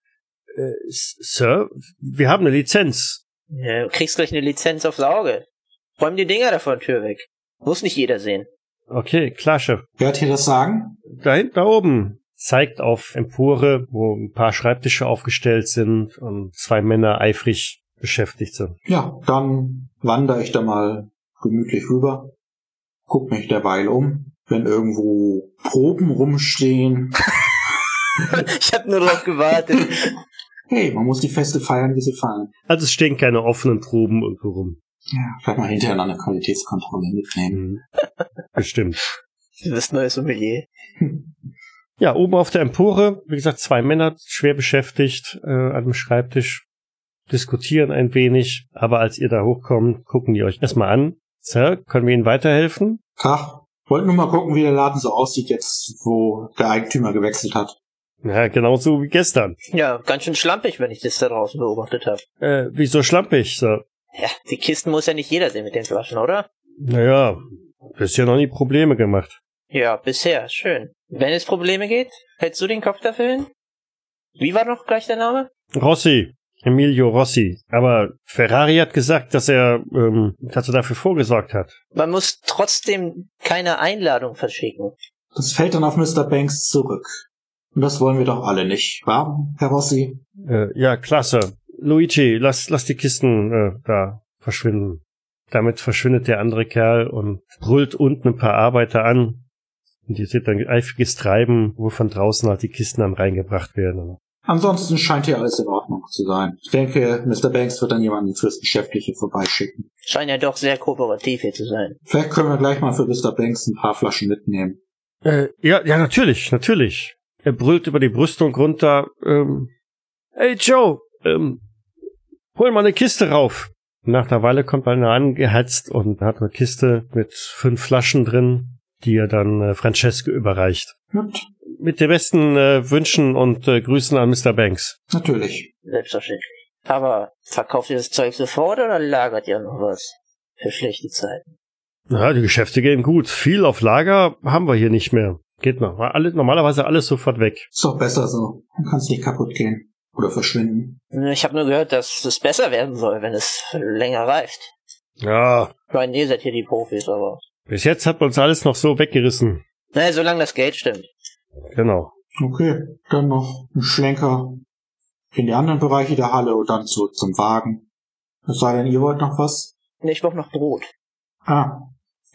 Speaker 1: äh, Sir, wir haben eine Lizenz.
Speaker 4: Ja, du kriegst gleich eine Lizenz aufs Auge. Räum die Dinger da von der Tür weg. Muss nicht jeder sehen.
Speaker 1: Okay, klar, Chef.
Speaker 2: Wer hat hier das Sagen?
Speaker 1: Da hinten, da oben. Zeigt auf Empore, wo ein paar Schreibtische aufgestellt sind und zwei Männer eifrig beschäftigt sind.
Speaker 2: Ja, dann wandere ich da mal gemütlich rüber, guck mich derweil um, wenn irgendwo Proben rumstehen.
Speaker 4: ich hab nur drauf gewartet.
Speaker 2: Hey, man muss die Feste feiern, wie sie fallen.
Speaker 1: Also es stehen keine offenen Proben irgendwo rum.
Speaker 2: Ja, vielleicht mal hinterher noch eine Qualitätskontrolle mitnehmen.
Speaker 1: Hm. Bestimmt.
Speaker 4: Du bist neues Sommelier.
Speaker 1: Ja, oben auf der Empore, wie gesagt, zwei Männer schwer beschäftigt äh, an dem Schreibtisch, diskutieren ein wenig, aber als ihr da hochkommt, gucken die euch erstmal an. Sir, können wir Ihnen weiterhelfen?
Speaker 2: Tag. Wollten nur mal gucken, wie der Laden so aussieht jetzt, wo der Eigentümer gewechselt hat.
Speaker 1: Ja, genauso wie gestern.
Speaker 4: Ja, ganz schön schlampig, wenn ich das da draußen beobachtet habe.
Speaker 1: Äh, wieso schlampig, Sir?
Speaker 4: Ja, die Kisten muss ja nicht jeder sehen mit den Flaschen, oder?
Speaker 1: Naja, bisher noch nie Probleme gemacht.
Speaker 4: Ja, bisher, schön. Wenn es Probleme geht, hältst du den Kopf dafür hin? Wie war noch gleich der Name?
Speaker 1: Rossi, Emilio Rossi. Aber Ferrari hat gesagt, dass er, ähm, dass er dafür vorgesorgt hat.
Speaker 4: Man muss trotzdem keine Einladung verschicken.
Speaker 2: Das fällt dann auf Mr. Banks zurück. Und das wollen wir doch alle nicht, wahr, Herr Rossi?
Speaker 1: Äh, ja, klasse. Luigi, lass, lass die Kisten äh, da verschwinden. Damit verschwindet der andere Kerl und brüllt unten ein paar Arbeiter an. Und ihr seht dann eifriges Treiben, wo von draußen halt die Kisten dann reingebracht werden.
Speaker 2: Ansonsten scheint hier alles in Ordnung zu sein. Ich denke, Mr. Banks wird dann jemanden fürs Geschäftliche vorbeischicken.
Speaker 4: Scheint ja doch sehr kooperativ hier zu sein.
Speaker 2: Vielleicht können wir gleich mal für Mr. Banks ein paar Flaschen mitnehmen.
Speaker 1: Äh, ja, ja, natürlich, natürlich. Er brüllt über die Brüstung runter. Ähm, hey Joe, ähm, hol mal eine Kiste rauf. Nach einer Weile kommt einer angehetzt und hat eine Kiste mit fünf Flaschen drin, die er dann äh, Francesco überreicht.
Speaker 2: Gut,
Speaker 1: mit den besten äh, Wünschen und äh, Grüßen an Mr. Banks.
Speaker 2: natürlich.
Speaker 4: Selbstverständlich. Aber verkauft ihr das Zeug sofort oder lagert ihr noch was? Für schlechte Zeiten.
Speaker 1: Ja, die Geschäfte gehen gut. Viel auf Lager haben wir hier nicht mehr. Geht noch. War alle, normalerweise alles sofort weg.
Speaker 2: Ist doch besser so. Dann kann es nicht kaputt gehen. Oder verschwinden.
Speaker 4: Ich habe nur gehört, dass es besser werden soll, wenn es länger reift.
Speaker 1: Ja,
Speaker 4: Ich meine, ihr seid hier die Profis, aber...
Speaker 1: bis jetzt hat man uns alles noch so weggerissen.
Speaker 4: Naja, solange das Geld stimmt.
Speaker 1: Genau.
Speaker 2: Okay, dann noch ein Schlenker in die anderen Bereiche der Halle und dann zurück zum Wagen. Es sei denn, ihr wollt noch was?
Speaker 4: Ich brauche noch Brot.
Speaker 2: Ah,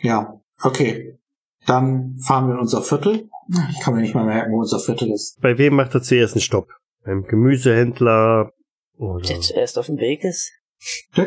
Speaker 2: ja, okay. Dann fahren wir in unser Viertel. Ich kann mir nicht mal merken, wo unser Viertel ist.
Speaker 1: Bei wem macht er zuerst einen Stopp? Beim Gemüsehändler oder...
Speaker 4: Der zuerst auf dem Weg ist.
Speaker 2: Der,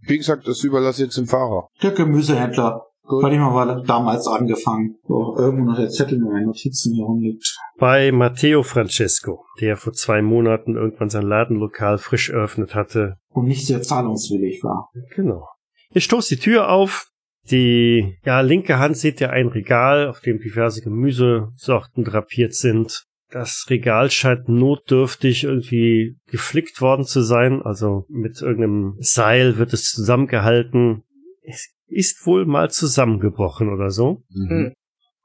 Speaker 3: Wie gesagt, das überlasse ich jetzt dem Fahrer.
Speaker 2: der Gemüsehändler.
Speaker 3: Gut.
Speaker 2: Bei dem haben wir damals angefangen. Wo auch irgendwo noch der Zettel in meinen Notizen hier rumliegt.
Speaker 1: Bei Matteo Francesco, der vor zwei Monaten irgendwann sein Ladenlokal frisch eröffnet hatte,
Speaker 2: Und nicht sehr zahlungswillig war.
Speaker 1: Genau. Ihr stoßt die Tür auf. Die ja, linke Hand seht ihr ein Regal, auf dem diverse Gemüsesorten drapiert sind. Das Regal scheint notdürftig irgendwie geflickt worden zu sein. Also mit irgendeinem Seil wird es zusammengehalten. Es ist wohl mal zusammengebrochen oder so.
Speaker 3: Mhm.
Speaker 4: Hm.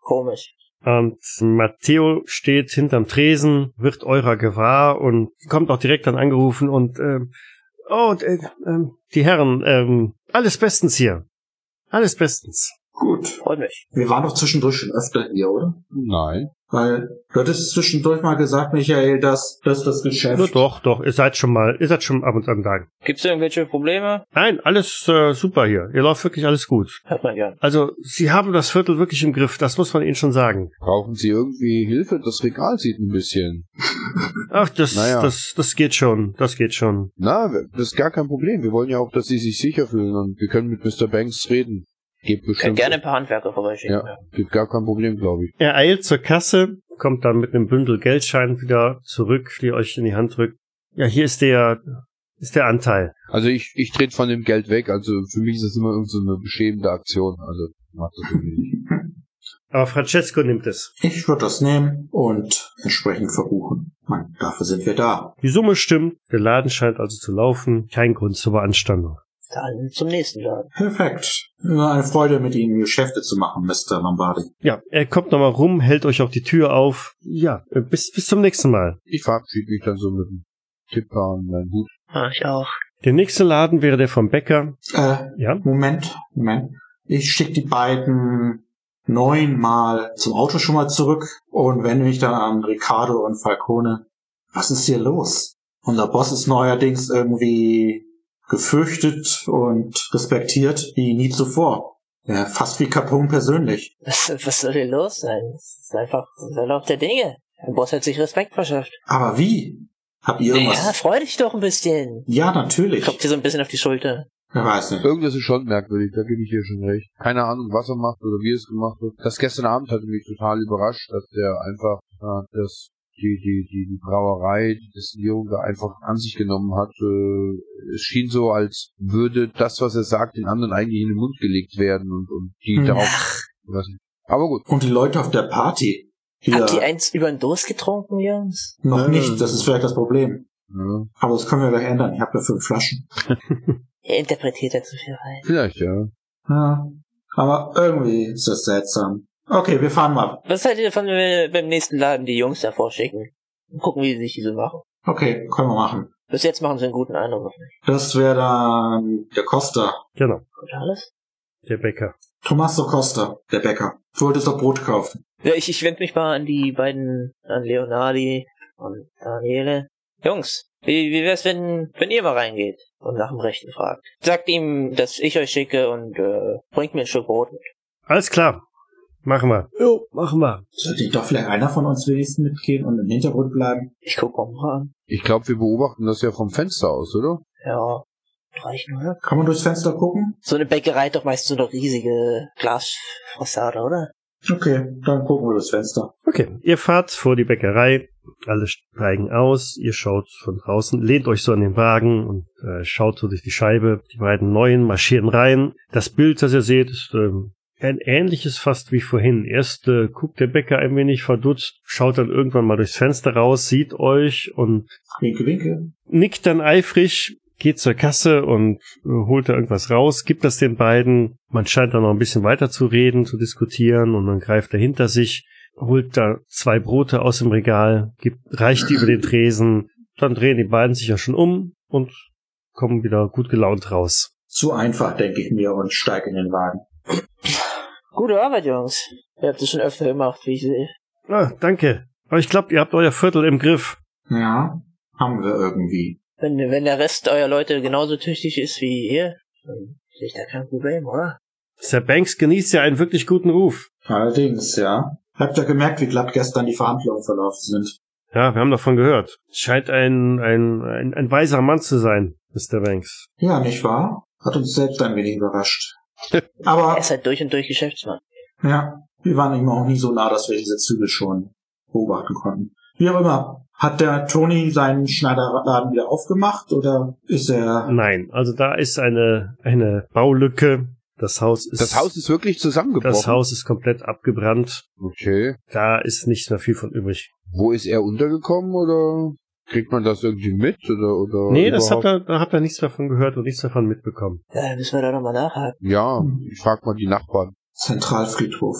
Speaker 4: Komisch.
Speaker 1: Und Ähm, Matteo steht hinterm Tresen, wird eurer gewahr und kommt auch direkt dann angerufen und ähm, oh, d- äh, ähm, die Herren, ähm, alles bestens hier. Alles bestens.
Speaker 2: Gut.
Speaker 4: Freut mich.
Speaker 2: Wir waren doch zwischendurch schon öfter hier, oder?
Speaker 3: Nein.
Speaker 2: Weil du hattest zwischendurch mal gesagt, Michael, dass, dass das
Speaker 1: Na
Speaker 2: Geschäft.
Speaker 1: doch, doch, ihr seid schon mal, ihr seid schon ab und an da.
Speaker 4: Gibt's irgendwelche Probleme?
Speaker 1: Nein, alles äh, super hier. Ihr läuft wirklich alles gut.
Speaker 4: Hört man gern.
Speaker 1: Also, sie haben das Viertel wirklich im Griff, das muss man ihnen schon sagen.
Speaker 3: Brauchen Sie irgendwie Hilfe? Das Regal sieht ein bisschen.
Speaker 1: Ach, das,
Speaker 3: Naja.
Speaker 1: das, das geht schon, das geht schon.
Speaker 3: Na, das ist gar kein Problem. Wir wollen ja auch, dass Sie sich sicher fühlen und wir können mit Mr. Banks reden. Geht
Speaker 4: Könnt
Speaker 3: bestimmt.
Speaker 4: gerne ein paar Handwerker vorbeischicken.
Speaker 3: Ja. Gibt gar kein Problem, glaube ich.
Speaker 1: Er eilt zur Kasse, kommt dann mit einem Bündel Geldschein wieder zurück, die euch in die Hand drückt. Ja, hier ist der, ist der Anteil.
Speaker 3: Also ich, ich trete von dem Geld weg. Also für mich ist das immer irgend so eine beschämende Aktion. Also macht das irgendwie nicht.
Speaker 1: Aber Francesco nimmt es.
Speaker 2: Ich würde das nehmen und entsprechend verbuchen. Man, dafür sind wir da.
Speaker 1: Die Summe stimmt, der Laden scheint also zu laufen, kein Grund zur Beanstandung.
Speaker 4: Dann zum nächsten Laden.
Speaker 2: Perfekt. Immer eine Freude, mit Ihnen Geschäfte zu machen, Mr. Lombardi.
Speaker 1: Ja, er kommt nochmal rum, hält euch auch die Tür auf. Ja, äh, bis, bis zum nächsten Mal.
Speaker 3: Ich verabschiede mich dann so mit dem Tipper an meinen Hut.
Speaker 4: Ah, ich auch.
Speaker 1: Der nächste Laden wäre der vom Bäcker.
Speaker 2: Äh,
Speaker 1: Ja?
Speaker 2: Moment, Moment. Ich schicke die beiden neunmal zum Auto schon mal zurück und wende mich dann an Ricardo und Falcone. Was ist hier los? Unser Boss ist neuerdings irgendwie gefürchtet und respektiert wie nie zuvor. Ja, fast wie Capone persönlich.
Speaker 4: Was, was soll hier los sein? Das ist einfach der Lauf der Dinge. Der Boss hat sich Respekt verschafft.
Speaker 2: Aber wie? Habt ihr
Speaker 4: Ja,
Speaker 2: irgendwas?
Speaker 4: freu dich doch ein bisschen.
Speaker 2: Ja, natürlich.
Speaker 4: Klopft dir so ein bisschen auf die Schulter.
Speaker 2: Wer weiß nicht.
Speaker 3: Irgendwas ist schon merkwürdig, da gebe ich dir schon recht. Keine Ahnung, was er macht oder wie es gemacht wird. Das gestern Abend hatte mich total überrascht, dass der einfach äh, das die, die, die, die Brauerei, die Destillierung da einfach an sich genommen hat. Äh, es schien so, als würde das, was er sagt, den anderen eigentlich in den Mund gelegt werden und, und die
Speaker 2: Ach.
Speaker 3: darauf. Was, aber gut.
Speaker 2: Und die Leute auf der Party? Die
Speaker 4: Habt
Speaker 2: da-
Speaker 4: ihr eins über den Durst getrunken, Jungs?
Speaker 2: noch
Speaker 3: Äh.
Speaker 2: nicht, das ist vielleicht das Problem.
Speaker 3: Ja,
Speaker 2: Aber das können wir gleich ändern. Ich habe ja fünf Flaschen.
Speaker 4: Ihr interpretiert ja zu viel rein.
Speaker 3: vielleicht, ja.
Speaker 2: Ja. Aber irgendwie ist das seltsam. Okay, wir fahren mal.
Speaker 4: Was haltet ihr davon, wenn wir beim nächsten Laden die Jungs davor schicken? Und gucken, wie sie sich diese machen.
Speaker 2: Okay, können wir machen.
Speaker 4: Bis jetzt machen sie einen guten Eindruck auf mich.
Speaker 2: Das wäre dann der Costa.
Speaker 1: Genau,
Speaker 4: Und alles?
Speaker 1: der Bäcker.
Speaker 2: Tommaso Costa, der Bäcker. Du wolltest doch Brot kaufen.
Speaker 4: Ja, ich, ich wende mich mal an die beiden, an Leonardi und Daniele. Jungs, wie, wie wär's, wenn, wenn ihr mal reingeht und nach dem Rechten fragt? Sagt ihm, dass ich euch schicke und äh, bringt mir ein Stück Brot mit.
Speaker 1: Alles klar. Machen wir. Jo, machen wir.
Speaker 2: Sollte doch vielleicht einer von uns wenigstens mitgehen und im Hintergrund bleiben?
Speaker 4: Ich guck mal mal an.
Speaker 3: Ich glaube, wir beobachten das ja vom Fenster aus, oder?
Speaker 4: Ja, reichen, oder?
Speaker 2: Kann man durchs Fenster gucken?
Speaker 4: So eine Bäckerei hat doch meist so eine riesige Glasfassade, oder?
Speaker 2: Okay, dann gucken wir durchs Fenster.
Speaker 1: Okay, ihr fahrt vor die Bäckerei, alle steigen aus, ihr schaut von draußen, lehnt euch so an den Wagen und äh, schaut so durch die Scheibe. Die beiden Neuen marschieren rein. Das Bild, das ihr seht, ist ähm, ein ähnliches fast wie vorhin. Erst äh, guckt der Bäcker ein wenig verdutzt, schaut dann irgendwann mal durchs Fenster raus, sieht euch und
Speaker 2: Winke, winke.
Speaker 1: nickt dann eifrig, geht zur Kasse und äh, holt da irgendwas raus, gibt das den beiden. Man scheint dann noch ein bisschen weiter zu reden, zu diskutieren und dann greift er hinter sich, holt da zwei Brote aus dem Regal, gibt, reicht die über den Tresen. Dann drehen die beiden sich ja schon um und kommen wieder gut gelaunt raus.
Speaker 2: Zu einfach, denke ich mir, und steig in den Wagen.
Speaker 4: Gute Arbeit, Jungs. Ihr habt es schon öfter gemacht, wie ich sehe.
Speaker 1: Ah, danke. Aber ich glaube, ihr habt euer Viertel im Griff.
Speaker 2: Ja, haben wir irgendwie.
Speaker 4: Wenn, wenn der Rest eurer Leute genauso tüchtig ist wie ihr, dann sehe ich da kein Problem, oder?
Speaker 1: Sir Banks genießt ja einen wirklich guten Ruf.
Speaker 2: Allerdings, ja. Habt ihr gemerkt, wie glatt gestern die Verhandlungen verlaufen sind?
Speaker 1: Ja, wir haben davon gehört. Scheint ein, ein, ein, ein weiser Mann zu sein, Mr. Banks.
Speaker 2: Ja, nicht wahr? Hat uns selbst ein wenig überrascht. Aber
Speaker 4: Er ist halt durch und durch Geschäftsmann.
Speaker 2: ja, wir waren ihm auch nie so nah, dass wir diese Züge schon beobachten konnten. Wie auch immer, hat der Toni seinen Schneiderladen wieder aufgemacht oder ist er...
Speaker 1: Nein, also da ist eine, eine Baulücke. Das Haus ist,
Speaker 3: Das Haus ist wirklich zusammengebrochen.
Speaker 1: das Haus ist komplett abgebrannt.
Speaker 3: Okay.
Speaker 1: Da ist nicht mehr viel von übrig.
Speaker 3: Wo ist er untergekommen oder kriegt man das irgendwie mit oder oder
Speaker 1: nee, das habt
Speaker 3: überhaupt?
Speaker 1: ihr, da habt ihr nichts davon gehört und nichts davon mitbekommen.
Speaker 4: Da müssen wir da nochmal nachhaken.
Speaker 3: Ja, ich frag mal die Nachbarn.
Speaker 2: Zentralfriedhof?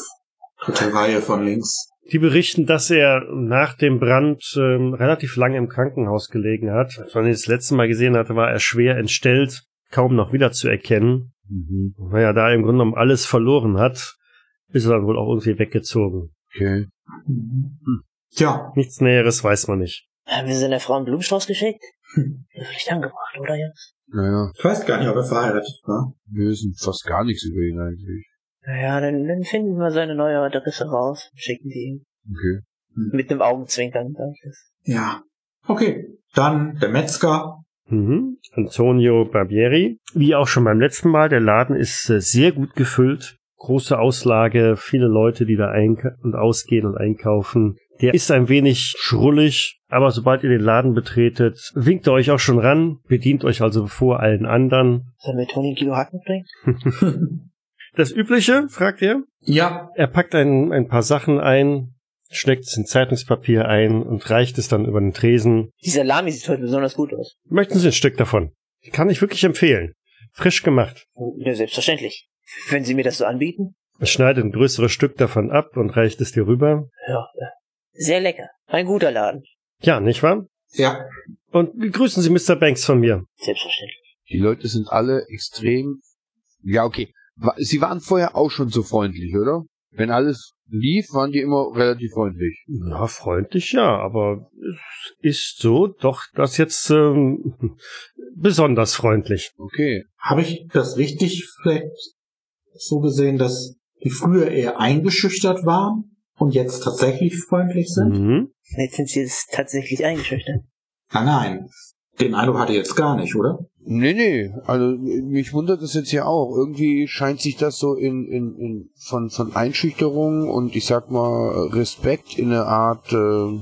Speaker 2: Dritte Reihe von links.
Speaker 1: Die berichten, dass er nach dem Brand ähm, relativ lange im Krankenhaus gelegen hat. Als man ihn das letzte Mal gesehen hatte, war er schwer entstellt, kaum noch wiederzuerkennen.
Speaker 3: Mhm.
Speaker 1: Naja, da er im Grunde genommen alles verloren hat, ist er dann wohl auch irgendwie weggezogen.
Speaker 3: Okay.
Speaker 2: Mhm. Ja,
Speaker 1: Nichts Näheres weiß man nicht.
Speaker 4: Haben wir seiner Frau einen Blumenstrauß geschickt?
Speaker 2: Hm.
Speaker 4: Vielleicht angebracht, oder Jungs?
Speaker 3: Naja,
Speaker 2: ich weiß gar nicht, ob er verheiratet war.
Speaker 3: wir wissen fast gar nichts über ihn eigentlich.
Speaker 4: Naja, dann, dann finden wir seine neue Adresse raus und schicken die ihm.
Speaker 3: Okay.
Speaker 4: Mit einem Augenzwinkern, sag ich das.
Speaker 2: Ja. Okay, dann der Metzger.
Speaker 1: Mhm. Antonio Barbieri. Wie auch schon beim letzten Mal, der Laden ist äh, sehr gut gefüllt. Große Auslage, viele Leute, die da ein und ausgehen und einkaufen. Der ist ein wenig schrullig, aber sobald ihr den Laden betretet, winkt er euch auch schon ran, bedient euch also vor allen anderen.
Speaker 4: Soll mir Toni ein Kilo Hacken bringen?
Speaker 1: Das Übliche, fragt ihr?
Speaker 2: ja,
Speaker 1: Er packt ein, ein paar Sachen ein, steckt es in Zeitungspapier ein und reicht es dann über den Tresen.
Speaker 4: Die Salami sieht heute besonders gut aus.
Speaker 1: Möchten Sie ein Stück davon? Kann ich wirklich empfehlen. Frisch gemacht.
Speaker 4: Ja, selbstverständlich. Wenn Sie mir das so anbieten?
Speaker 1: Er schneidet ein größeres Stück davon ab und reicht es dir rüber.
Speaker 4: Ja. ja. Sehr lecker. Ein guter Laden.
Speaker 1: Ja, nicht wahr?
Speaker 2: ja,
Speaker 1: Und grüßen Sie Mr. Banks von mir.
Speaker 4: Selbstverständlich.
Speaker 3: Die Leute sind alle extrem. Ja, okay. Wa- Sie waren vorher auch schon so freundlich, oder? Wenn alles lief, waren die immer relativ freundlich.
Speaker 1: Na, freundlich ja, aber es ist so doch das jetzt ähm, besonders freundlich.
Speaker 3: Okay.
Speaker 2: habe ich das richtig vielleicht so gesehen, dass die früher eher eingeschüchtert waren und jetzt tatsächlich freundlich sind?
Speaker 1: Mhm.
Speaker 4: Jetzt sind Sie jetzt tatsächlich eingeschüchtert.
Speaker 2: Nein, nein. Den Eindruck hatte ich jetzt gar nicht, oder?
Speaker 3: Nee, nee. Also mich wundert das jetzt ja auch. Irgendwie scheint sich das so in, in, in von, von Einschüchterung und ich sag mal Respekt in eine Art äh,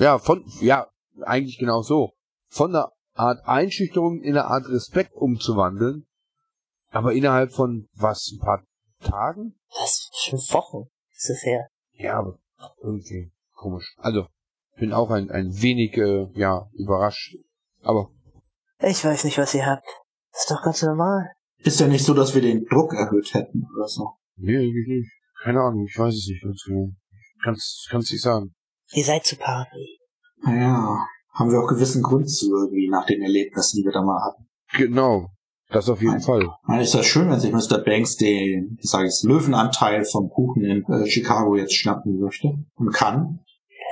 Speaker 3: ja, von ja, eigentlich genau so. Von einer Art Einschüchterung in eine Art Respekt umzuwandeln. Aber innerhalb von was, ein paar Tagen?
Speaker 4: Was? Schon Wochen ist es her.
Speaker 3: Ja, aber irgendwie komisch. Also, bin auch ein, ein wenig, äh, ja, überrascht. Aber,
Speaker 4: Ich weiß nicht, was ihr habt. Das ist doch ganz normal.
Speaker 2: Ist ja nicht so, dass wir den Druck erhöht hätten oder so.
Speaker 3: nee, eigentlich nicht. Keine Ahnung, ich weiß es nicht ganz genau. Kannst, kannst nicht sagen.
Speaker 4: Ihr seid zu Party.
Speaker 2: Naja, haben wir auch gewissen Grund zu irgendwie nach den Erlebnissen, die wir da mal hatten.
Speaker 3: Genau. Das auf jeden Fall.
Speaker 2: Ich meine, ist das schön, wenn sich Mr. Banks den, ich sage jetzt, Löwenanteil vom Kuchen in äh, Chicago jetzt schnappen möchte und kann.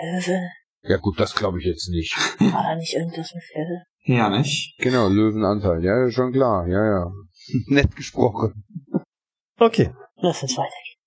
Speaker 4: Löwe?
Speaker 3: Ja gut, das glaube ich jetzt nicht.
Speaker 4: War da nicht irgendwas mit Löwe?
Speaker 2: Ja, nicht?
Speaker 3: Genau, Löwenanteil. Ja, ja, schon klar. Ja, ja. Nett gesprochen.
Speaker 1: Okay.
Speaker 4: Lass uns weitergehen.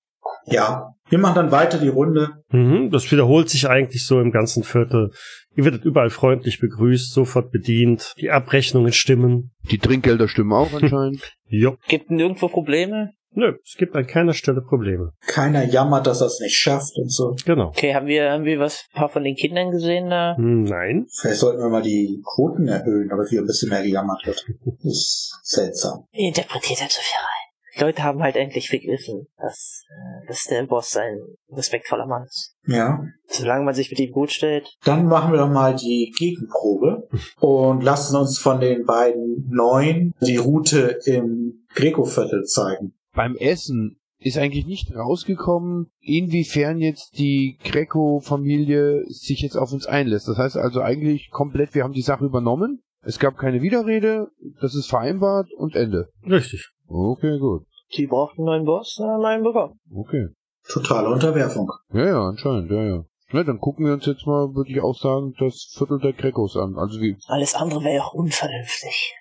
Speaker 2: Ja. Wir machen dann weiter die Runde.
Speaker 1: Mhm, das wiederholt sich eigentlich so im ganzen Viertel. Ihr werdet überall freundlich begrüßt, sofort bedient, die Abrechnungen stimmen.
Speaker 3: Die Trinkgelder stimmen auch anscheinend.
Speaker 1: Jo.
Speaker 4: Gibt nirgendwo Probleme?
Speaker 1: Nö, es gibt an keiner Stelle Probleme.
Speaker 2: Keiner jammert, dass er es nicht schafft und so.
Speaker 1: Genau.
Speaker 4: Okay, haben wir, haben wir was, ein paar von den Kindern gesehen da?
Speaker 1: Hm, Nein.
Speaker 2: Vielleicht sollten wir mal die Quoten erhöhen, damit wir ein bisschen mehr gejammert wird. Das ist seltsam.
Speaker 4: Ihr interpretiert halt so viel rein. Die Leute haben halt endlich begriffen, dass, äh, dass der Boss ein respektvoller Mann ist.
Speaker 2: Ja.
Speaker 4: Solange man sich mit ihm gut stellt.
Speaker 2: Dann machen wir doch mal die Gegenprobe und lassen uns von den beiden Neuen die Route im Greco-Viertel zeigen.
Speaker 3: Beim Essen ist eigentlich nicht rausgekommen, inwiefern jetzt die Greco-Familie sich jetzt auf uns einlässt. Das heißt also eigentlich komplett, wir haben die Sache übernommen. Es gab keine Widerrede, das ist vereinbart und Ende.
Speaker 1: Richtig.
Speaker 3: Okay, gut.
Speaker 4: Die braucht einen neuen Boss, na, einen neuen bekommen.
Speaker 3: Okay.
Speaker 2: Totale Unterwerfung.
Speaker 3: Ja, ja, anscheinend, ja, ja. Na, dann gucken wir uns jetzt mal, würde ich auch sagen, das Viertel der Grecos an. Also wie,
Speaker 4: Alles andere wäre ja auch unvernünftig.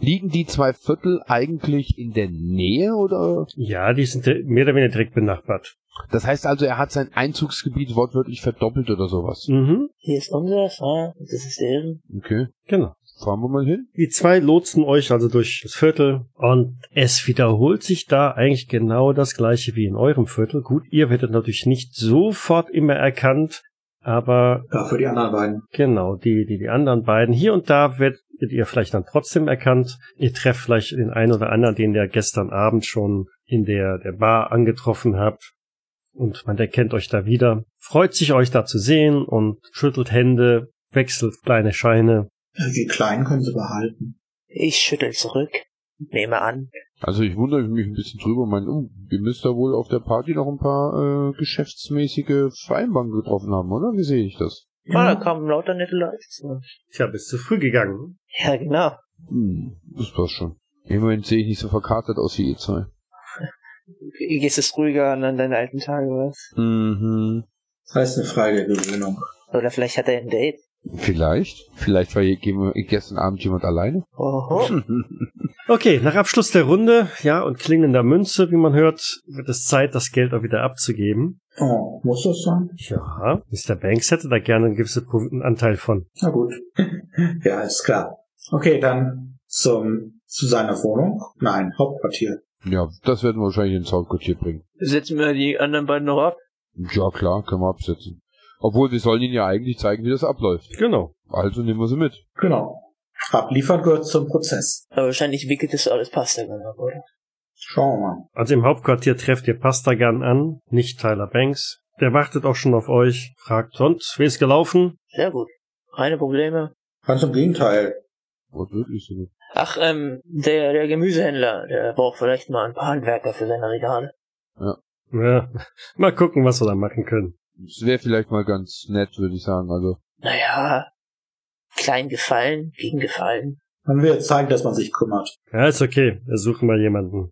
Speaker 3: liegen die zwei Viertel eigentlich in der Nähe oder?
Speaker 1: Ja, die sind äh, mehr oder weniger direkt benachbart.
Speaker 3: Das heißt also, er hat sein Einzugsgebiet wortwörtlich verdoppelt oder sowas.
Speaker 1: Mhm.
Speaker 4: Hier ist unseres, ah, das ist deren.
Speaker 3: Okay.
Speaker 1: Genau.
Speaker 3: Fahren wir mal hin.
Speaker 1: Die zwei lotsen euch also durch das Viertel und es wiederholt sich da eigentlich genau das gleiche wie in eurem Viertel. Gut, ihr werdet natürlich nicht sofort immer erkannt, aber
Speaker 2: Ja, für die anderen beiden.
Speaker 1: genau, die, die, die anderen beiden hier und da werdet ihr vielleicht dann trotzdem erkannt. Ihr trefft vielleicht den einen oder anderen, den ihr gestern Abend schon in der, der Bar angetroffen habt. Und man erkennt euch da wieder. Freut sich, euch da zu sehen und schüttelt Hände, wechselt kleine Scheine.
Speaker 2: Äh, Die Kleinen können sie behalten.
Speaker 4: Ich schüttel zurück. Nehme an.
Speaker 3: Also ich wundere mich ein bisschen drüber. Mein, oh, ihr müsst da wohl auf der Party noch ein paar äh, geschäftsmäßige Vereinbarungen getroffen haben, oder? Wie sehe ich das?
Speaker 4: Ah, da
Speaker 2: Ja.
Speaker 4: kamen lauter nette Leute zu uns.
Speaker 1: Tja, bist zu früh gegangen.
Speaker 4: Ja, genau.
Speaker 3: Hm, das passt schon. Im Moment sehe ich nicht so verkatert aus wie ihr zwei.
Speaker 4: Gehst es ruhiger an an deine alten Tage, was?
Speaker 3: Mhm.
Speaker 2: Das heißt eine Frage der Gewöhnung.
Speaker 4: Oder vielleicht hat er ein Date.
Speaker 3: Vielleicht. Vielleicht war hier gem- gestern Abend jemand alleine.
Speaker 4: Oho.
Speaker 1: Okay, nach Abschluss der Runde, ja, und klingender Münze, wie man hört, wird es Zeit, das Geld auch wieder abzugeben.
Speaker 2: Oh, muss das sein?
Speaker 1: Ja, Mr. Banks hätte da gerne einen gewissen Pro- einen Anteil von.
Speaker 2: Na gut. ja, ist klar. Okay, dann zum, zu seiner Wohnung. Nein, Hauptquartier.
Speaker 3: Ja, das werden wir wahrscheinlich ins Hauptquartier bringen.
Speaker 4: Setzen wir die anderen beiden noch ab?
Speaker 3: Ja, klar, können wir absetzen. Obwohl, wir sollen ihnen ja eigentlich zeigen, wie das abläuft.
Speaker 1: Genau.
Speaker 3: Also nehmen wir sie mit.
Speaker 2: Genau. Abliefern gehört zum Prozess.
Speaker 4: Aber wahrscheinlich wickelt es alles Pasta dann ab, oder?
Speaker 2: Schauen wir mal.
Speaker 1: Also im Hauptquartier trefft ihr Pastagan an, nicht Tyler Banks. Der wartet auch schon auf euch, fragt, und, wie ist gelaufen?
Speaker 4: Sehr gut. Keine Probleme.
Speaker 2: Ganz im Gegenteil.
Speaker 3: Was wirklich so.
Speaker 4: Ach, ähm, der, der Gemüsehändler, der braucht vielleicht mal ein paar Handwerker für seine Regale.
Speaker 1: Ja, mal gucken, was wir da machen können.
Speaker 3: Das wäre vielleicht mal ganz nett, würde ich sagen. Also,
Speaker 4: Naja, klein gefallen, gegen gefallen.
Speaker 2: Man will zeigen, dass man sich kümmert.
Speaker 1: Ja, ist okay, wir suchen mal jemanden.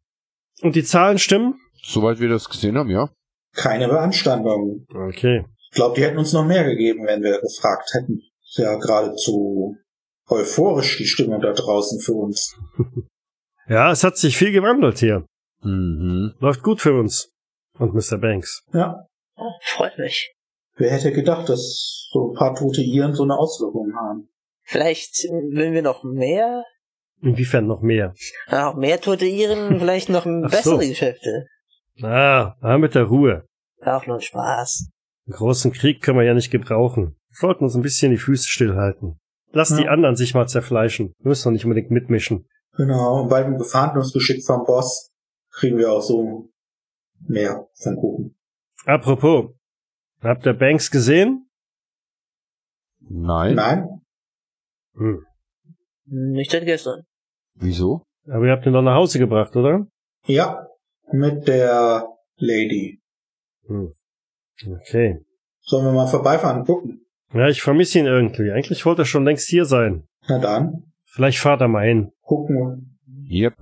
Speaker 1: Und die Zahlen stimmen?
Speaker 3: soweit wir das gesehen haben, ja.
Speaker 2: Keine Beanstandung.
Speaker 1: Okay.
Speaker 2: Ich glaube, die hätten uns noch mehr gegeben, wenn wir gefragt hätten. Ist Ja, geradezu euphorisch die Stimmung da draußen für uns.
Speaker 1: Ja, es hat sich viel gewandelt hier.
Speaker 3: Mhm.
Speaker 1: Läuft gut für uns. Und Mr. Banks.
Speaker 2: Ja,
Speaker 4: Oh, freut mich.
Speaker 2: wer hätte gedacht, dass so ein paar tote Iren so eine Auswirkung haben?
Speaker 4: Vielleicht will wir noch mehr, äh,
Speaker 1: Inwiefern noch mehr?
Speaker 4: auch mehr tote Iren, vielleicht noch
Speaker 1: Ach so.
Speaker 4: bessere Geschäfte.
Speaker 1: Ah, ah, mit der Ruhe.
Speaker 4: War auch nur ein Spaß.
Speaker 1: Einen großen Krieg können wir ja nicht gebrauchen. Wir sollten uns ein bisschen die Füße stillhalten. Lass die
Speaker 2: Ja.
Speaker 1: anderen sich mal zerfleischen. Wir müssen doch nicht unbedingt mitmischen.
Speaker 2: Genau, und bei dem Verhandlungsgeschick vom Boss kriegen wir auch so mehr vom Kuchen.
Speaker 1: Apropos, habt ihr Banks gesehen?
Speaker 3: Nein.
Speaker 2: Nein?
Speaker 1: Hm.
Speaker 4: Nicht seit Hm, gestern.
Speaker 3: Wieso?
Speaker 1: Aber ihr habt ihn doch nach Hause gebracht, oder?
Speaker 2: Ja, mit der Lady.
Speaker 1: Hm. Okay.
Speaker 2: Sollen wir mal vorbeifahren und gucken?
Speaker 1: Ja, ich vermisse ihn irgendwie. Eigentlich wollte er schon längst hier sein.
Speaker 2: Na dann,
Speaker 1: Vielleicht fahrt er mal hin.
Speaker 2: gucken wir.
Speaker 3: Yep.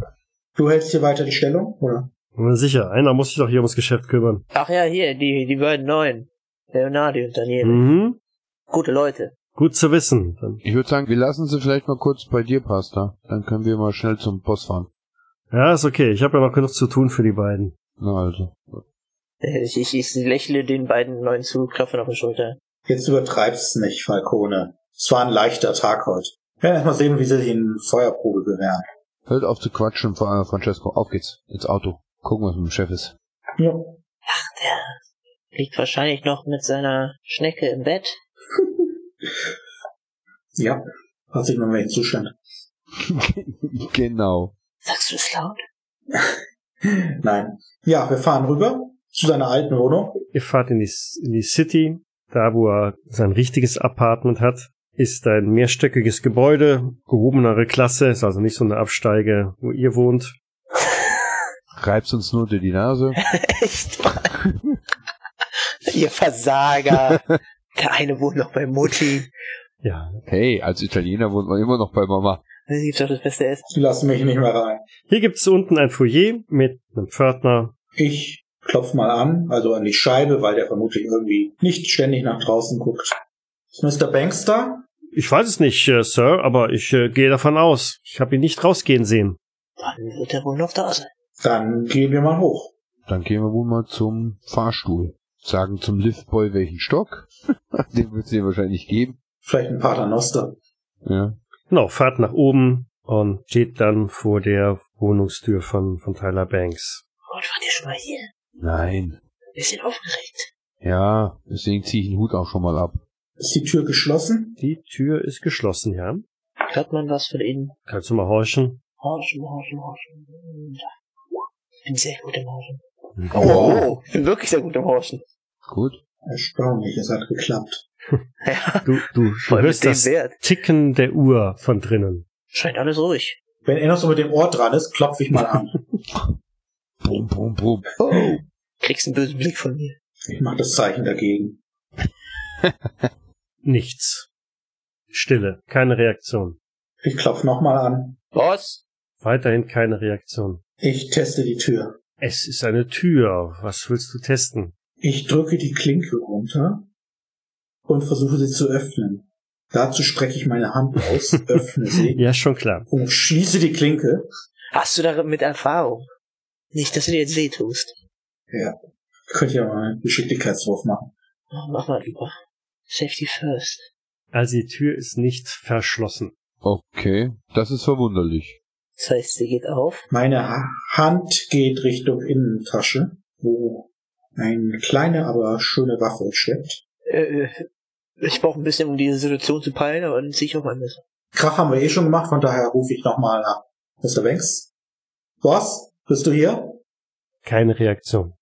Speaker 2: Du hältst hier weiter die Stellung, oder?
Speaker 1: Na sicher, einer muss sich doch hier ums Geschäft kümmern.
Speaker 4: Ach ja, hier, die, die beiden Neuen. Leonardi und Daniele.
Speaker 1: Mhm.
Speaker 4: Gute Leute.
Speaker 1: Gut zu wissen. Dann
Speaker 3: Ich würde sagen, wir lassen sie vielleicht mal kurz bei dir, Pasta. Dann können wir mal schnell zum Boss fahren.
Speaker 1: Ja, ist okay. Ich habe ja noch genug zu tun für die beiden.
Speaker 3: Na also.
Speaker 4: Äh, Ich, ich, ich lächle den beiden Neuen zu, klopfe auf die Schulter.
Speaker 2: Jetzt übertreib's nicht, Falcone. Es war ein leichter Tag heute. Wir werden erstmal sehen, wie sie sich in Feuerprobe bewähren.
Speaker 3: Hört auf zu quatschen, Fra- Francesco. Auf geht's. Ins Auto. Gucken, was mit dem Chef ist.
Speaker 2: Jo.
Speaker 4: Der liegt wahrscheinlich noch mit seiner Schnecke im Bett.
Speaker 2: Ja. Was sieht man, welchen Zustand?
Speaker 3: genau.
Speaker 4: Sagst du es laut?
Speaker 2: Nein. Ja, wir fahren rüber zu seiner alten Wohnung.
Speaker 1: Ihr fahrt in die, in die City, da wo er sein richtiges Apartment hat. Ist ein mehrstöckiges Gebäude, gehobenere Klasse, ist also nicht so eine Absteige, wo ihr wohnt.
Speaker 3: Reib's uns nur unter die Nase.
Speaker 4: Echt? Ihr Versager. Der eine wohnt noch bei Mutti.
Speaker 1: Ja.
Speaker 3: Hey, als Italiener wohnt man immer noch bei Mama.
Speaker 4: Das gibt doch das beste Essen.
Speaker 2: Sie lassen mich nicht mehr rein.
Speaker 1: Hier gibt's unten ein Foyer mit einem Pförtner.
Speaker 2: Ich klopf mal an, also an die Scheibe, weil der vermutlich irgendwie nicht ständig nach draußen guckt. Ist Mr. Banks da?
Speaker 1: Ich weiß es nicht, äh, Sir, aber ich äh, gehe davon aus. Ich habe ihn nicht rausgehen sehen.
Speaker 4: Dann wird er wohl noch da sein.
Speaker 2: Dann gehen wir mal hoch.
Speaker 3: Dann gehen wir wohl mal zum Fahrstuhl. Sagen zum Liftboy welchen Stock. Den wird's dir wahrscheinlich geben.
Speaker 2: Vielleicht ein Paternoster.
Speaker 3: Ja.
Speaker 1: Genau, fahrt nach oben und steht dann vor der Wohnungstür von, von Tyler Banks.
Speaker 4: Und wart ihr schon mal hier?
Speaker 3: Nein.
Speaker 4: Bisschen aufgeregt.
Speaker 3: Ja, deswegen ziehe ich den Hut auch schon mal ab.
Speaker 2: Ist die Tür geschlossen?
Speaker 1: Die Tür ist geschlossen, ja.
Speaker 4: Hört man was von innen?
Speaker 1: Kannst du mal horchen?
Speaker 4: Horchen, horchen, horchen. Ich bin sehr gut im Horchen.
Speaker 3: Oh.
Speaker 4: ich bin wirklich sehr gut im Horchen.
Speaker 3: Gut.
Speaker 2: Erstaunlich, es hat geklappt.
Speaker 4: Ja,
Speaker 1: Du, du, du
Speaker 4: voll mit
Speaker 1: hörst
Speaker 4: dem
Speaker 1: das
Speaker 4: Wert.
Speaker 1: Ticken der Uhr von drinnen.
Speaker 4: Scheint alles ruhig.
Speaker 2: Wenn er noch so mit dem Ohr dran ist, klopf ich mal an.
Speaker 3: Bum, bum, bum. Oh.
Speaker 4: Kriegst einen bösen Blick von mir.
Speaker 2: Ich mach das Zeichen dagegen.
Speaker 1: Nichts. Stille, keine Reaktion.
Speaker 2: Ich klopf nochmal an.
Speaker 4: Boss?
Speaker 1: Weiterhin keine Reaktion.
Speaker 2: Ich teste die Tür.
Speaker 1: Es ist eine Tür. Was willst du testen?
Speaker 2: Ich drücke die Klinke runter und versuche sie zu öffnen. Dazu strecke ich meine Hand aus, öffne sie
Speaker 1: Ja, schon klar.
Speaker 2: und schließe die Klinke.
Speaker 4: Hast du damit Erfahrung? Nicht, dass du dir jetzt weh tust.
Speaker 2: Könnt ihr mal einen Geschicklichkeitswurf machen.
Speaker 4: Oh, mach mal lieber. Safety first.
Speaker 1: Also die Tür ist nicht verschlossen.
Speaker 3: Okay, das ist verwunderlich.
Speaker 4: Das heißt, sie geht auf.
Speaker 2: Meine Ha- Hand geht Richtung Innentasche, wo eine kleine, aber schöne Waffe schleppt.
Speaker 4: Äh, ich brauche ein bisschen, um diese Situation zu peilen, aber dann ziehe ich auch mein Messer.
Speaker 2: Krach haben wir eh schon gemacht, von daher rufe ich nochmal nach. Mr. Banks? Boss, bist du hier?
Speaker 1: Keine Reaktion.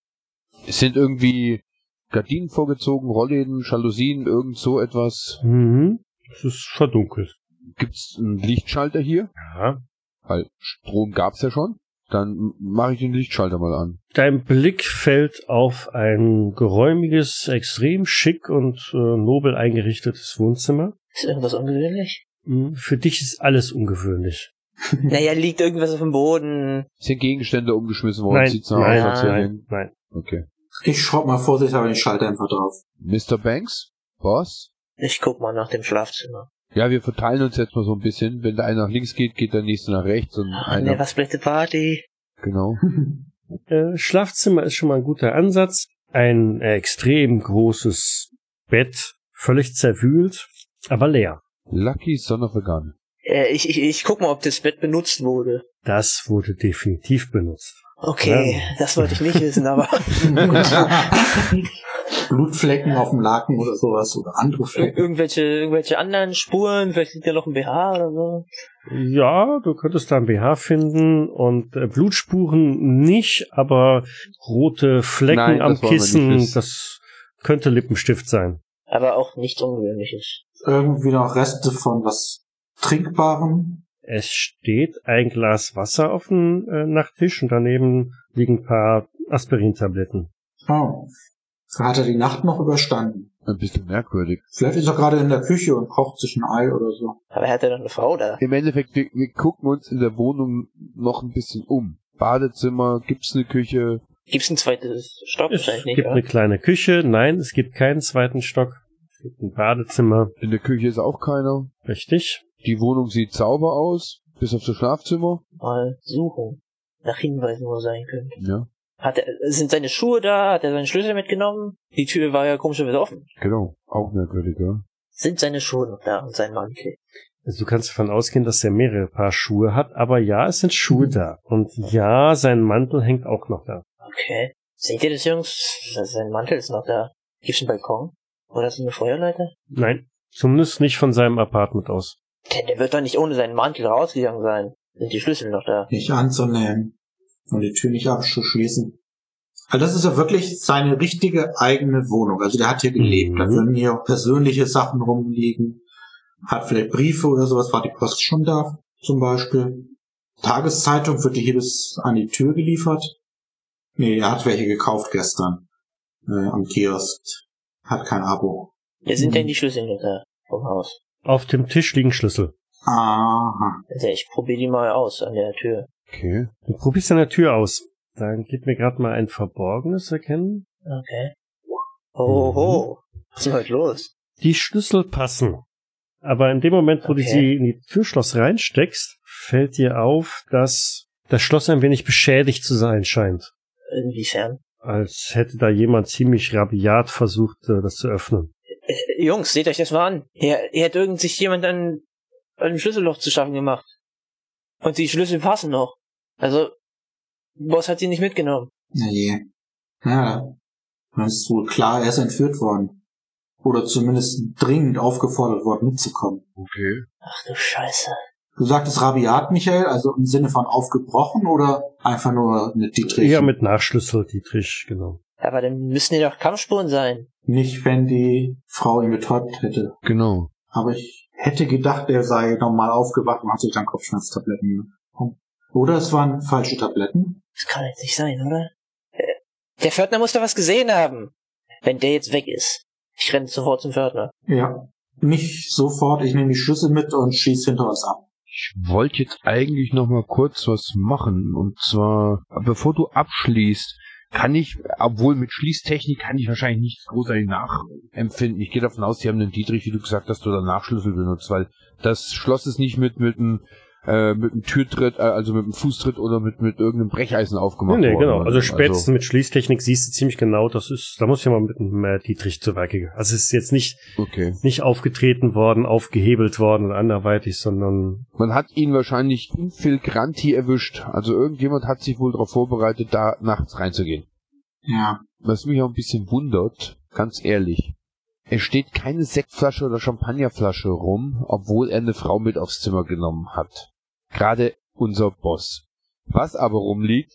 Speaker 3: Es sind irgendwie Gardinen vorgezogen, Rollläden, Jalousien, irgend so etwas.
Speaker 1: Mhm. Es ist verdunkelt.
Speaker 3: Gibt's einen Lichtschalter hier?
Speaker 1: Ja.
Speaker 3: Weil Strom gab's ja schon. Dann mache ich den Lichtschalter mal an.
Speaker 1: Dein Blick fällt auf ein geräumiges, extrem schick und äh, nobel eingerichtetes Wohnzimmer.
Speaker 4: Ist irgendwas ungewöhnlich?
Speaker 1: Mhm. Für dich ist alles ungewöhnlich.
Speaker 4: naja, liegt irgendwas auf dem Boden.
Speaker 3: Sind Gegenstände umgeschmissen worden?
Speaker 1: nein,
Speaker 3: Sieht's nach
Speaker 1: nein,
Speaker 3: aus, als
Speaker 1: nein,
Speaker 3: wäre
Speaker 1: nein, nein.
Speaker 3: Okay.
Speaker 2: Ich schraube mal vorsichtshalber den Schalter einfach drauf.
Speaker 3: Mr. Banks? Boss?
Speaker 4: Ich guck mal nach dem Schlafzimmer.
Speaker 3: Ja, wir verteilen uns jetzt mal so ein bisschen. Wenn der eine nach links geht, geht der nächste nach rechts und
Speaker 4: Ach,
Speaker 3: einer.
Speaker 4: ne, was bleibt die Party?
Speaker 3: Genau.
Speaker 1: Äh, Schlafzimmer ist schon mal ein guter Ansatz. Ein äh, extrem großes Bett, völlig zerwühlt, aber leer.
Speaker 3: Lucky Son of a Gun.
Speaker 4: Äh, ich, ich, ich guck mal, ob das Bett benutzt wurde.
Speaker 1: Das wurde definitiv benutzt.
Speaker 4: Okay,
Speaker 1: Ja.
Speaker 4: das wollte ich nicht wissen, aber
Speaker 2: Blutflecken auf dem Laken oder sowas oder andere
Speaker 4: Ir-
Speaker 2: Flecken.
Speaker 4: irgendwelche, irgendwelche anderen Spuren, vielleicht liegt ja noch ein BH oder so.
Speaker 1: Ja, du könntest da ein BH finden und äh, Blutspuren nicht, aber rote Flecken
Speaker 3: Nein, das
Speaker 1: am
Speaker 3: wollen wir nicht
Speaker 1: Kissen,
Speaker 3: wissen.
Speaker 1: das könnte Lippenstift sein.
Speaker 4: Aber auch nichts Ungewöhnliches.
Speaker 2: Irgendwie noch Reste von was Trinkbarem.
Speaker 1: Es steht ein Glas Wasser auf dem äh, Nachttisch und daneben liegen ein paar Aspirintabletten.
Speaker 2: Oh. Hat er die Nacht noch überstanden?
Speaker 3: Ein bisschen merkwürdig.
Speaker 2: Vielleicht ist er gerade in der Küche und kocht sich ein Ei oder so.
Speaker 4: Aber er hat ja noch eine Frau da.
Speaker 3: Im Endeffekt, wir, wir gucken uns in der Wohnung noch ein bisschen um. Badezimmer, gibt's eine Küche?
Speaker 4: Gibt's ein zweites Stock
Speaker 1: Es
Speaker 4: wahrscheinlich nicht,
Speaker 1: gibt eine
Speaker 4: oder?
Speaker 1: kleine Küche. Nein, es gibt keinen zweiten Stock. Es gibt ein Badezimmer.
Speaker 3: In der Küche ist auch keiner.
Speaker 1: Richtig.
Speaker 3: Die Wohnung sieht sauber aus, bis auf das Schlafzimmer.
Speaker 4: Mal suchen. Nach Hinweisen, wo er sein könnte.
Speaker 3: Ja,
Speaker 4: Hat er, sind seine Schuhe da? Hat er seinen Schlüssel mitgenommen? Die Tür war ja komischerweise offen.
Speaker 3: genau. Auch merkwürdig, ja.
Speaker 4: Sind seine Schuhe noch da und sein Mantel?
Speaker 1: Also du kannst davon ausgehen, dass er mehrere Paar Schuhe hat, aber ja, es sind
Speaker 4: Mhm.
Speaker 1: Schuhe da. Und ja, sein Mantel hängt auch noch da.
Speaker 4: Okay. Seht ihr das, Jungs? Sein Mantel ist noch da. Gibt's einen Balkon? Oder ist es eine Feuerleiter?
Speaker 1: Nein, zumindest nicht von seinem Apartment aus.
Speaker 4: Denn der wird doch nicht ohne seinen Mantel rausgegangen sein. Sind die Schlüssel noch da?
Speaker 2: Nicht anzunehmen. Und die Tür nicht abzuschließen. Also das ist ja wirklich seine richtige eigene Wohnung. Also der hat hier gelebt.
Speaker 1: Mhm.
Speaker 2: Da würden hier auch persönliche Sachen rumliegen. Hat vielleicht Briefe oder sowas. War die Post schon da zum Beispiel? Tageszeitung wird die hier bis an die Tür geliefert. Nee, er hat welche gekauft gestern. Äh, am Kiosk. Hat kein Abo.
Speaker 4: Ja, sind
Speaker 2: Mhm.
Speaker 4: denn die Schlüssel noch da vom Haus?
Speaker 1: Auf dem Tisch liegen Schlüssel.
Speaker 2: Aha.
Speaker 4: Also ich probiere die mal aus an der Tür.
Speaker 3: Okay.
Speaker 1: Du probierst an der Tür aus. Dann gib mir gerade mal ein verborgenes Erkennen.
Speaker 4: Okay. Mhm. Oho, was ist denn heute los?
Speaker 1: Die Schlüssel passen. Aber in dem Moment, wo du
Speaker 4: Okay.
Speaker 1: sie in die Türschloss reinsteckst, fällt dir auf, dass das Schloss ein wenig beschädigt zu sein scheint.
Speaker 4: Inwiefern?
Speaker 1: Als hätte da jemand ziemlich rabiat versucht, äh, das zu öffnen.
Speaker 4: Äh, Jungs, seht euch das mal an. Hier, hier hat irgend sich jemand an einem Schlüsselloch zu schaffen gemacht. Und die Schlüssel passen noch. Also, Boss hat sie nicht mitgenommen.
Speaker 2: Naje. Ja, dann ist wohl klar, er ist entführt worden. Oder zumindest dringend aufgefordert worden, mitzukommen.
Speaker 3: Okay.
Speaker 4: Ach du Scheiße.
Speaker 2: Du sagtest rabiat, Michael, also im Sinne von aufgebrochen oder einfach nur eine Dietrich?
Speaker 1: Eher mit Nachschlüssel, Dietrich, genau.
Speaker 4: Aber dann müssen die doch Kampfspuren sein.
Speaker 2: Nicht, wenn die Frau ihn betäubt hätte.
Speaker 3: Genau.
Speaker 2: Aber ich hätte gedacht, er sei normal aufgewacht und hat sich dann Kopfschmerztabletten bekommen. Oder es waren falsche Tabletten.
Speaker 4: Das kann jetzt nicht sein, oder? Äh, Der Pförtner muss doch was gesehen haben. Wenn der jetzt weg ist. Ich renne sofort zum Pförtner.
Speaker 2: Ja. Nicht sofort, ich nehme die Schlüssel mit und schieß hinter uns ab.
Speaker 3: Ich wollte jetzt eigentlich noch mal kurz was machen. Und zwar, bevor du abschließt, kann ich, obwohl mit Schließtechnik kann ich wahrscheinlich nichts großartig nachempfinden. Ich gehe davon aus, sie haben den Dietrich, wie du gesagt hast, oder Nachschlüssel benutzt, weil das Schloss ist nicht mit, mit einem äh, mit einem Türtritt, äh, also mit einem Fußtritt oder mit, mit irgendeinem Brecheisen aufgemacht
Speaker 1: nee,
Speaker 3: worden.
Speaker 1: genau.
Speaker 3: oder
Speaker 1: Also
Speaker 3: so.
Speaker 1: spätestens mit Schließtechnik siehst du ziemlich genau, das ist, da muss ich ja mal mit dem äh, Dietrich zu Werke gehen. Also es ist jetzt nicht,
Speaker 3: okay.
Speaker 1: nicht aufgetreten worden, aufgehebelt worden oder anderweitig, sondern
Speaker 3: Man hat ihn wahrscheinlich infiltranti erwischt. Also irgendjemand hat sich wohl darauf vorbereitet, da nachts reinzugehen.
Speaker 2: Ja.
Speaker 3: Was mich auch ein bisschen wundert, ganz ehrlich. Es steht keine Sektflasche oder Champagnerflasche rum, obwohl er eine Frau mit aufs Zimmer genommen hat. Gerade unser Boss. Was aber rumliegt,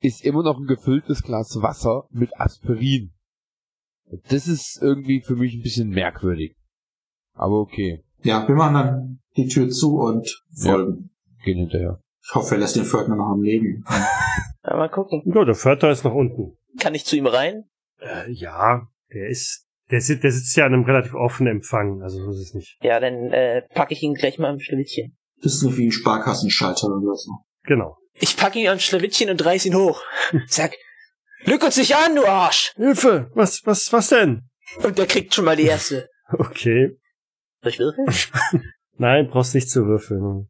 Speaker 3: ist immer noch ein gefülltes Glas Wasser mit Aspirin. Das ist irgendwie für mich ein bisschen merkwürdig. Aber okay,
Speaker 2: Ja, wir machen dann die Tür zu und folgen.
Speaker 3: gehen hinterher.
Speaker 2: Ich hoffe, er lässt den Fördner noch am Leben.
Speaker 4: Ja, mal gucken.
Speaker 1: ja, der Förder ist nach unten.
Speaker 4: Kann ich zu ihm rein?
Speaker 1: Äh, ja, der ist, der sitzt, der sitzt ja an einem relativ offenen Empfang, also so ist es nicht.
Speaker 4: Ja, dann äh, packe ich ihn gleich mal am Schlawittchen.
Speaker 2: Ist nur wie ein Sparkassenschalter oder so.
Speaker 1: Genau.
Speaker 4: Ich packe ihn am Schlawittchen und reiß ihn hoch. Sag, lück uns nicht an, du Arsch!
Speaker 1: Hilfe! Was, was, was denn?
Speaker 4: Und der kriegt schon mal die erste.
Speaker 1: Okay.
Speaker 4: Soll ich würfeln?
Speaker 1: Nein, brauchst nicht zu würfeln.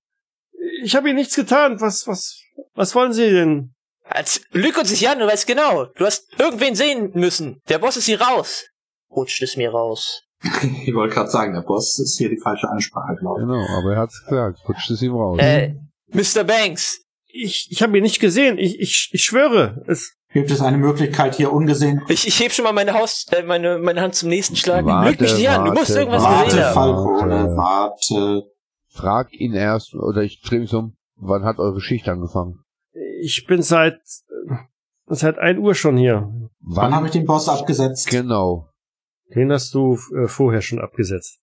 Speaker 1: Ich habe Ihnen nichts getan. Was, was, was wollen Sie denn?
Speaker 4: Als, lüg uns nicht an, du weißt genau. Du hast irgendwen sehen müssen. Der Boss ist hier raus. Rutscht es mir raus.
Speaker 2: Ich wollte gerade sagen, der Boss ist hier die falsche Ansprache, glaube
Speaker 3: Genau, aber er hat's gesagt, rutscht es ihm raus.
Speaker 4: Äh, Mr. Banks.
Speaker 1: Ich, ich habe ihn nicht gesehen. Ich, ich, ich schwöre. Es,
Speaker 2: ich. Gibt es eine Möglichkeit, hier ungesehen
Speaker 4: Ich, ich heb schon mal meine, Haus, äh, meine, meine Hand zum nächsten Schlag.
Speaker 3: Warte,
Speaker 4: lüg mich nicht an, du musst
Speaker 3: warte,
Speaker 4: irgendwas
Speaker 3: warte.
Speaker 4: gesehen
Speaker 2: Warte,
Speaker 4: haben.
Speaker 2: Falkone, warte.
Speaker 3: Frag ihn erst, oder ich drehe mich um, wann hat eure Schicht angefangen?
Speaker 1: ich bin seit, seit 1 Uhr schon hier.
Speaker 2: Wann habe ich den Boss abgesetzt?
Speaker 3: Genau.
Speaker 1: Den hast du äh, vorher schon abgesetzt.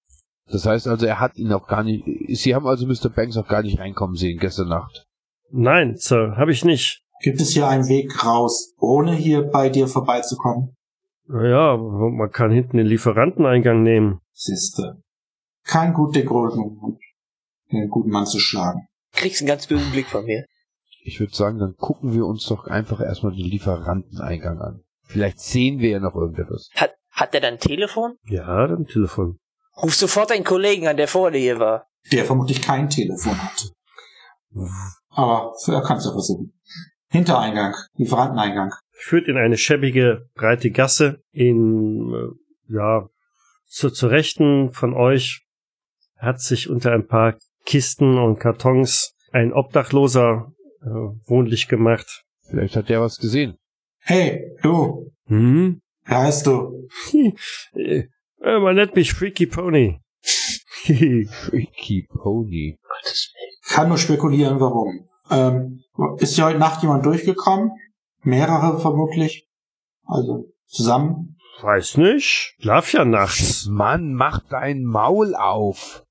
Speaker 3: Das heißt also, er hat ihn auch gar nicht, sie haben also Mr. Banks auch gar nicht reinkommen sehen gestern Nacht.
Speaker 1: Nein, Sir, habe ich nicht.
Speaker 2: Gibt es hier einen Weg raus, ohne hier bei dir vorbeizukommen?
Speaker 1: Naja, man kann hinten den Lieferanteneingang nehmen.
Speaker 2: Siehste. Kein guter Grund, um den guten Mann zu schlagen.
Speaker 4: Kriegst einen ganz bösen Blick von mir.
Speaker 3: Ich würde sagen, dann gucken wir uns doch einfach erstmal den Lieferanteneingang an. Vielleicht sehen wir ja noch irgendetwas.
Speaker 4: Hat, hat er dann ein Telefon?
Speaker 1: Ja, dann Telefon.
Speaker 4: Ruf sofort einen Kollegen an, der vor dir hier war.
Speaker 2: Der vermutlich kein Telefon hat. Aber er kann es ja versuchen. Hintereingang, Lieferanteneingang.
Speaker 1: führt in eine schäbige, breite Gasse in, äh, ja, zu, zur Rechten von euch hat sich unter ein paar Kisten und Kartons ein Obdachloser äh, wohnlich gemacht.
Speaker 3: Vielleicht hat der was gesehen.
Speaker 2: Hey, du,
Speaker 1: Hm?
Speaker 2: wer heißt du?
Speaker 1: äh, äh, man nennt mich Freaky Pony. Hihi.
Speaker 3: Freaky Pony.
Speaker 4: Gottes Willen.
Speaker 2: Kann nur spekulieren, warum. Ähm, ist hier heute Nacht jemand durchgekommen? Mehrere vermutlich. Also zusammen.
Speaker 1: Weiß nicht. Schlaf ja nachts.
Speaker 3: Mann, mach dein Maul auf!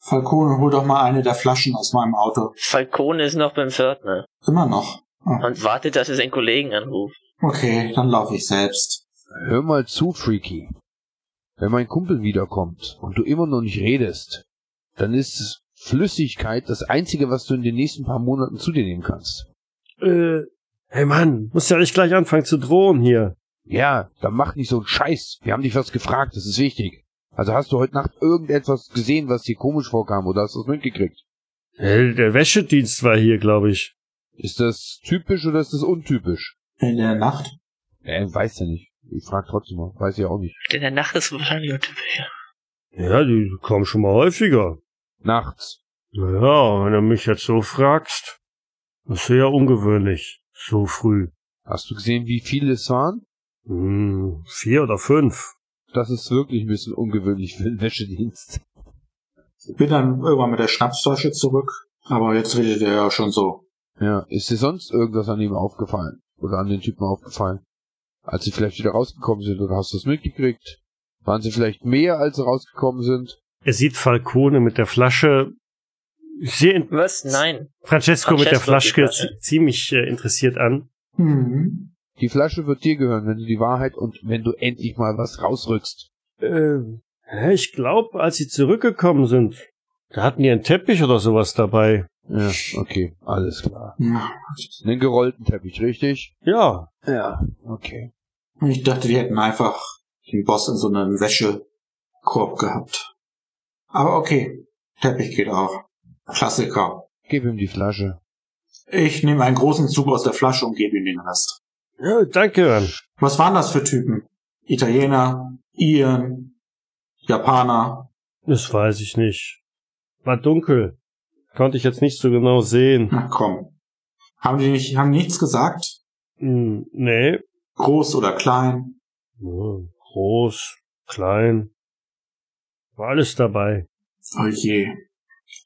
Speaker 2: Falcone, hol doch mal eine der Flaschen aus meinem Auto.
Speaker 4: Falcone ist noch beim Pförtner
Speaker 2: Immer noch. Ah.
Speaker 4: und wartet, dass er seinen Kollegen anruft.
Speaker 2: Okay, dann laufe ich selbst.
Speaker 3: Hör mal zu, Freaky. Wenn mein Kumpel wiederkommt und du immer noch nicht redest, dann ist Flüssigkeit das Einzige, was du in den nächsten paar Monaten zu dir nehmen kannst.
Speaker 1: Äh, hey Mann, musst ja nicht gleich anfangen zu drohen hier.
Speaker 3: Ja, dann mach nicht so einen Scheiß. Wir haben dich was gefragt, das ist wichtig. Also hast du heute Nacht irgendetwas gesehen, was dir komisch vorkam oder hast du es mitgekriegt?
Speaker 1: Äh, der Wäschedienst war hier, glaube ich.
Speaker 3: Ist das typisch oder ist das untypisch?
Speaker 2: In der Nacht?
Speaker 3: Äh, weiß ja nicht. Ich frag trotzdem mal. Weiß ja auch nicht.
Speaker 4: In der Nacht ist wahrscheinlich untypisch.
Speaker 1: Ja, die kommen schon mal häufiger.
Speaker 3: Nachts.
Speaker 1: Naja, wenn du mich jetzt so fragst, ist sehr ungewöhnlich, so früh.
Speaker 3: Hast du gesehen, wie viele es waren?
Speaker 1: Hm, vier oder fünf.
Speaker 3: Das ist wirklich ein bisschen ungewöhnlich für den Wäschedienst.
Speaker 2: Ich bin dann irgendwann mit der Schnapsflasche zurück. Aber jetzt redet er ja schon so.
Speaker 3: Ja, ist dir sonst irgendwas an ihm aufgefallen? Oder an den Typen aufgefallen? Als sie vielleicht wieder rausgekommen sind oder hast du es mitgekriegt? Waren sie vielleicht mehr, als sie rausgekommen sind?
Speaker 1: Er sieht Falcone mit der Flasche sehr in
Speaker 4: Was? Nein.
Speaker 1: Francesco, mit der
Speaker 4: Francesco hat die
Speaker 1: Flasche
Speaker 4: Flasche.
Speaker 1: ziemlich äh, interessiert an.
Speaker 2: Mhm.
Speaker 3: Die Flasche wird dir gehören, wenn du die Wahrheit und wenn du endlich mal was rausrückst.
Speaker 1: Äh, ich glaube, als sie zurückgekommen sind, Da hatten die einen Teppich oder sowas dabei.
Speaker 3: Ja, okay, alles klar.
Speaker 2: Ja.
Speaker 3: Einen gerollten Teppich, richtig?
Speaker 1: Ja.
Speaker 3: Ja, okay.
Speaker 2: Ich dachte, die hätten einfach den Boss in so einem Wäschekorb gehabt. Aber okay, Teppich geht auch. Klassiker.
Speaker 3: Gib ihm die Flasche.
Speaker 2: Ich nehme einen großen Zug aus der Flasche und gebe ihm den Rest.
Speaker 1: ja danke.
Speaker 2: Was waren das für Typen? Italiener, Iren, Japaner.
Speaker 1: Das weiß ich nicht. War dunkel. Konnte ich jetzt nicht so genau sehen.
Speaker 2: Na komm. Haben die nicht, haben nichts gesagt?
Speaker 1: Hm, nee.
Speaker 2: Groß oder klein?
Speaker 1: Hm, Groß, klein. War alles dabei.
Speaker 2: Oh je.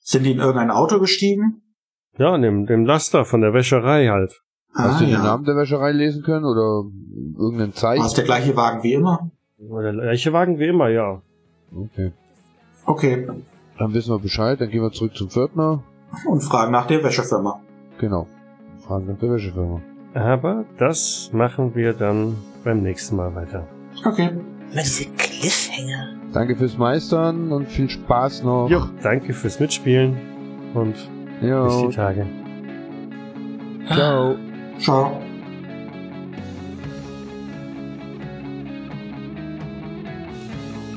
Speaker 2: Sind die in irgendein Auto gestiegen?
Speaker 1: Ja, dem, dem Laster von der Wäscherei halt.
Speaker 3: Hast
Speaker 2: Ah,
Speaker 3: du den
Speaker 2: ja.
Speaker 3: Namen der Wäscherei lesen können oder irgendein
Speaker 2: War es
Speaker 3: Zeichen?
Speaker 2: der gleiche Wagen wie immer?
Speaker 1: Der gleiche Wagen wie immer, ja.
Speaker 3: Okay.
Speaker 2: Okay.
Speaker 3: Dann wissen wir Bescheid, dann gehen wir zurück zum Pförtner.
Speaker 2: Und fragen nach der Wäschefirma.
Speaker 3: Genau. Fragen nach der Wäschefirma.
Speaker 1: Aber das machen wir dann beim nächsten Mal weiter.
Speaker 2: Okay.
Speaker 4: Immer diese Cliffhanger.
Speaker 3: Danke fürs Meistern und viel Spaß noch.
Speaker 1: Jo, danke fürs Mitspielen und bis
Speaker 3: Ja.
Speaker 1: die Tage.
Speaker 3: Ciao.
Speaker 2: Ciao.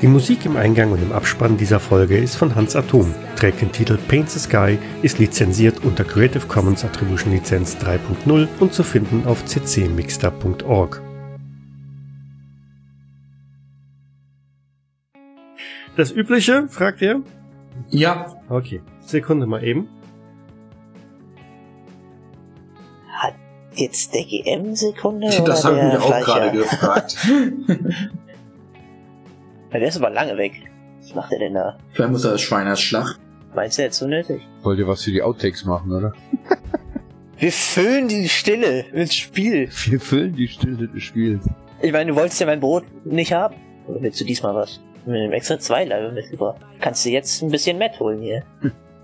Speaker 5: Die Musik im Eingang und im Abspann dieser Folge ist von Hans Atom, trägt den Titel Paint the Sky, ist lizenziert unter Creative Commons Attribution Lizenz 3.0 und zu finden auf ccmixter.org.
Speaker 1: Das Übliche, fragt ihr?
Speaker 2: Ja.
Speaker 1: Okay, Sekunde mal eben.
Speaker 4: Jetzt der GM-Sekunde oder
Speaker 2: Das habe ich
Speaker 4: der
Speaker 2: mich auch gerade
Speaker 4: Fleischer?
Speaker 2: gefragt.
Speaker 4: Ja, der ist aber lange weg. Was macht er denn da?
Speaker 2: Wer muss das Schweinersschlacht?
Speaker 4: Meinst du jetzt so nötig?
Speaker 3: Wollt ihr was für die Outtakes machen, oder?
Speaker 4: Wir füllen die Stille ins Spiel.
Speaker 3: Wir füllen die Stille des Spiels.
Speaker 4: Ich meine, du wolltest ja mein Brot nicht haben. Oder willst du diesmal was? Mit einem extra zwei Leibe mitgebracht. Kannst du jetzt ein bisschen Met holen hier?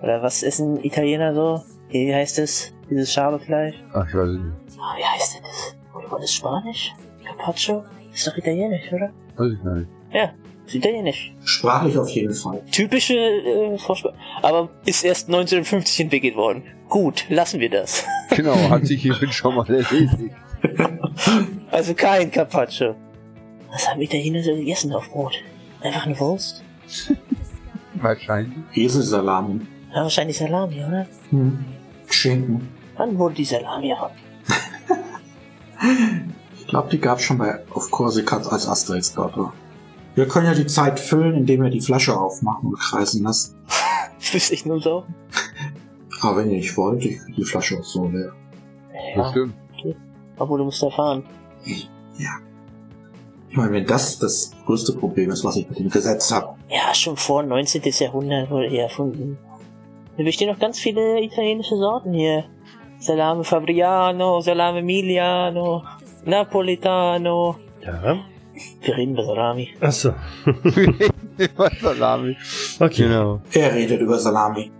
Speaker 4: Oder was ist ein Italiener so? Hier, Wie heißt es? Dieses Schabefleisch?
Speaker 3: Ach, ich weiß es nicht.
Speaker 4: Ah, wie heißt denn das? War das Spanisch? Carpaccio? Ist doch italienisch, oder?
Speaker 3: Weiß ich gar nicht.
Speaker 4: Ist italienisch.
Speaker 2: Sprachlich auf jeden Fall.
Speaker 4: typische äh, Vorspe- aber ist erst 1950 entwickelt worden. Gut, lassen wir das.
Speaker 3: Genau, hat sich hiermit schon mal erledigt.
Speaker 4: Also kein Carpaccio. Was haben Italiener so gegessen auf Brot? Einfach eine Wurst?
Speaker 3: Wahrscheinlich.
Speaker 2: Eselsalami.
Speaker 4: Ja, wahrscheinlich Salami, oder?
Speaker 2: Hm. Schinken.
Speaker 4: Wann wurde die Salami erfunden?
Speaker 2: Ich glaube, die gab es schon bei Of Corsica als Asterix-Körper. Wir können ja die Zeit füllen, indem wir die Flasche aufmachen und kreisen lassen.
Speaker 4: Wüsste ich nur so.
Speaker 2: Aber wenn ihr nicht wollt, ich die Flasche auch so leer.
Speaker 4: Ja,
Speaker 3: Bestimmt.
Speaker 4: obwohl du musst erfahren.
Speaker 2: Ich meine, wenn das das größte Problem ist, was ich mit dem Gesetz habe.
Speaker 4: Ja, schon vor 19. Jahrhundert wurde die erfunden. Da bestehen noch ganz viele italienische Sorten hier. Salame Fabriano, Salame Emiliano, Napolitano.
Speaker 1: Ja.
Speaker 4: Wir reden über Salami.
Speaker 1: Achso,
Speaker 3: Was Salami.
Speaker 1: okay.
Speaker 3: Genau.
Speaker 2: Er redet über Salami.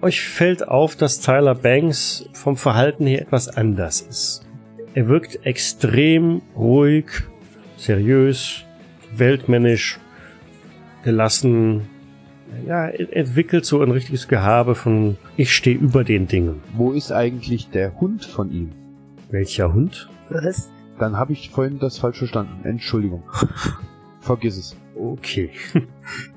Speaker 1: Euch fällt auf, dass Tyler Banks vom Verhalten her etwas anders ist. Er wirkt extrem ruhig, seriös, weltmännisch, gelassen. Ja, er entwickelt so ein richtiges Gehabe von ich stehe über den Dingen.
Speaker 3: Wo ist eigentlich der Hund von ihm?
Speaker 1: Welcher Hund?
Speaker 4: Was?
Speaker 3: Dann habe ich vorhin das falsch verstanden. Entschuldigung. Vergiss es.
Speaker 1: Okay.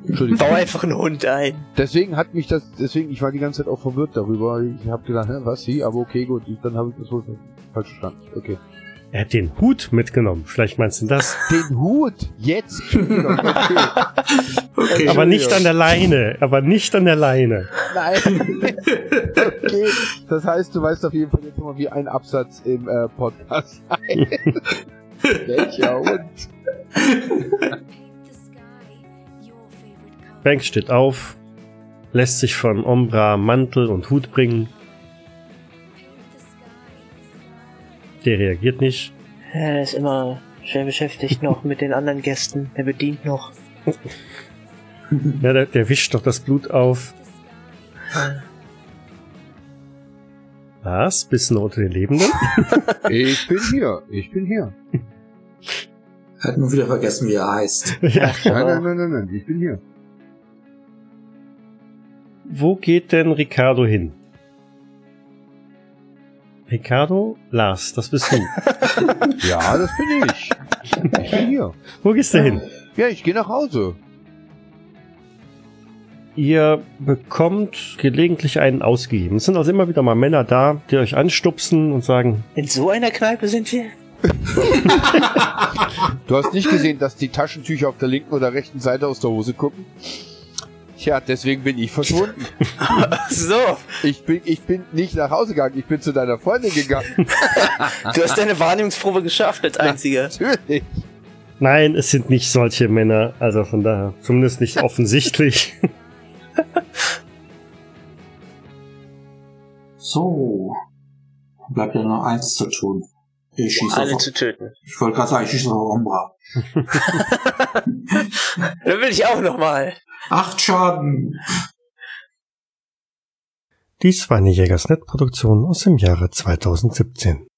Speaker 3: Entschuldigung.
Speaker 4: Bau einfach einen Hund ein.
Speaker 3: Deswegen hat mich das, deswegen, ich war die ganze Zeit auch verwirrt darüber. Ich habe gedacht, hä, was, sie, aber okay, gut, ich, dann habe ich das wohl falsch verstanden. Okay.
Speaker 1: Er hat den Hut mitgenommen. Vielleicht meinst du das?
Speaker 3: Den Hut! Jetzt! Okay.
Speaker 2: Okay.
Speaker 1: Aber nicht an der Leine. Aber nicht an der Leine.
Speaker 3: Nein! Okay. Das heißt, du weißt auf jeden Fall jetzt schon mal, wie ein Absatz im äh, Podcast heißt. Welcher Hund?
Speaker 1: Banks steht auf, lässt sich von Ombra Mantel und Hut bringen. der reagiert nicht.
Speaker 4: Ja, er ist immer schwer beschäftigt noch mit den anderen Gästen. Er bedient noch.
Speaker 1: Ja, der, der wischt doch das Blut auf. Was? Bist du noch unter den Lebenden?
Speaker 3: Ich bin hier, ich bin hier.
Speaker 2: Hat nur wieder vergessen, wie er heißt.
Speaker 1: ja.
Speaker 3: Nein, nein, nein, nein, nein, ich bin hier.
Speaker 1: Wo geht denn Ricardo hin? Ricardo, Lars, das bist du.
Speaker 3: Ja, das bin ich. Ich bin hier.
Speaker 1: Wo gehst du hin?
Speaker 3: Ja, ich gehe nach Hause.
Speaker 1: Ihr bekommt gelegentlich einen ausgegeben. Es sind also immer wieder mal Männer da, die euch anstupsen und sagen,
Speaker 4: In so einer Kneipe sind wir?
Speaker 3: Du hast nicht gesehen, dass die Taschentücher auf der linken oder rechten Seite aus der Hose gucken? Tja, deswegen bin ich verschwunden.
Speaker 4: So,
Speaker 3: Ich bin, ich bin nicht nach Hause gegangen, ich bin zu deiner Freundin gegangen.
Speaker 4: du hast deine Wahrnehmungsprobe geschafft als einziger.
Speaker 3: Natürlich.
Speaker 1: nein, es sind nicht solche Männer. Also von daher, zumindest nicht offensichtlich.
Speaker 2: So. Bleibt ja nur eins zu tun. Ich schieße
Speaker 4: Alle
Speaker 2: auf,
Speaker 4: zu töten.
Speaker 2: Ich wollte gerade sagen, ich schieße auf Umbra.
Speaker 4: Dann will ich auch nochmal.
Speaker 2: Acht Schaden!
Speaker 5: Dies war eine Jägersnet-Produktion aus dem Jahre 2017.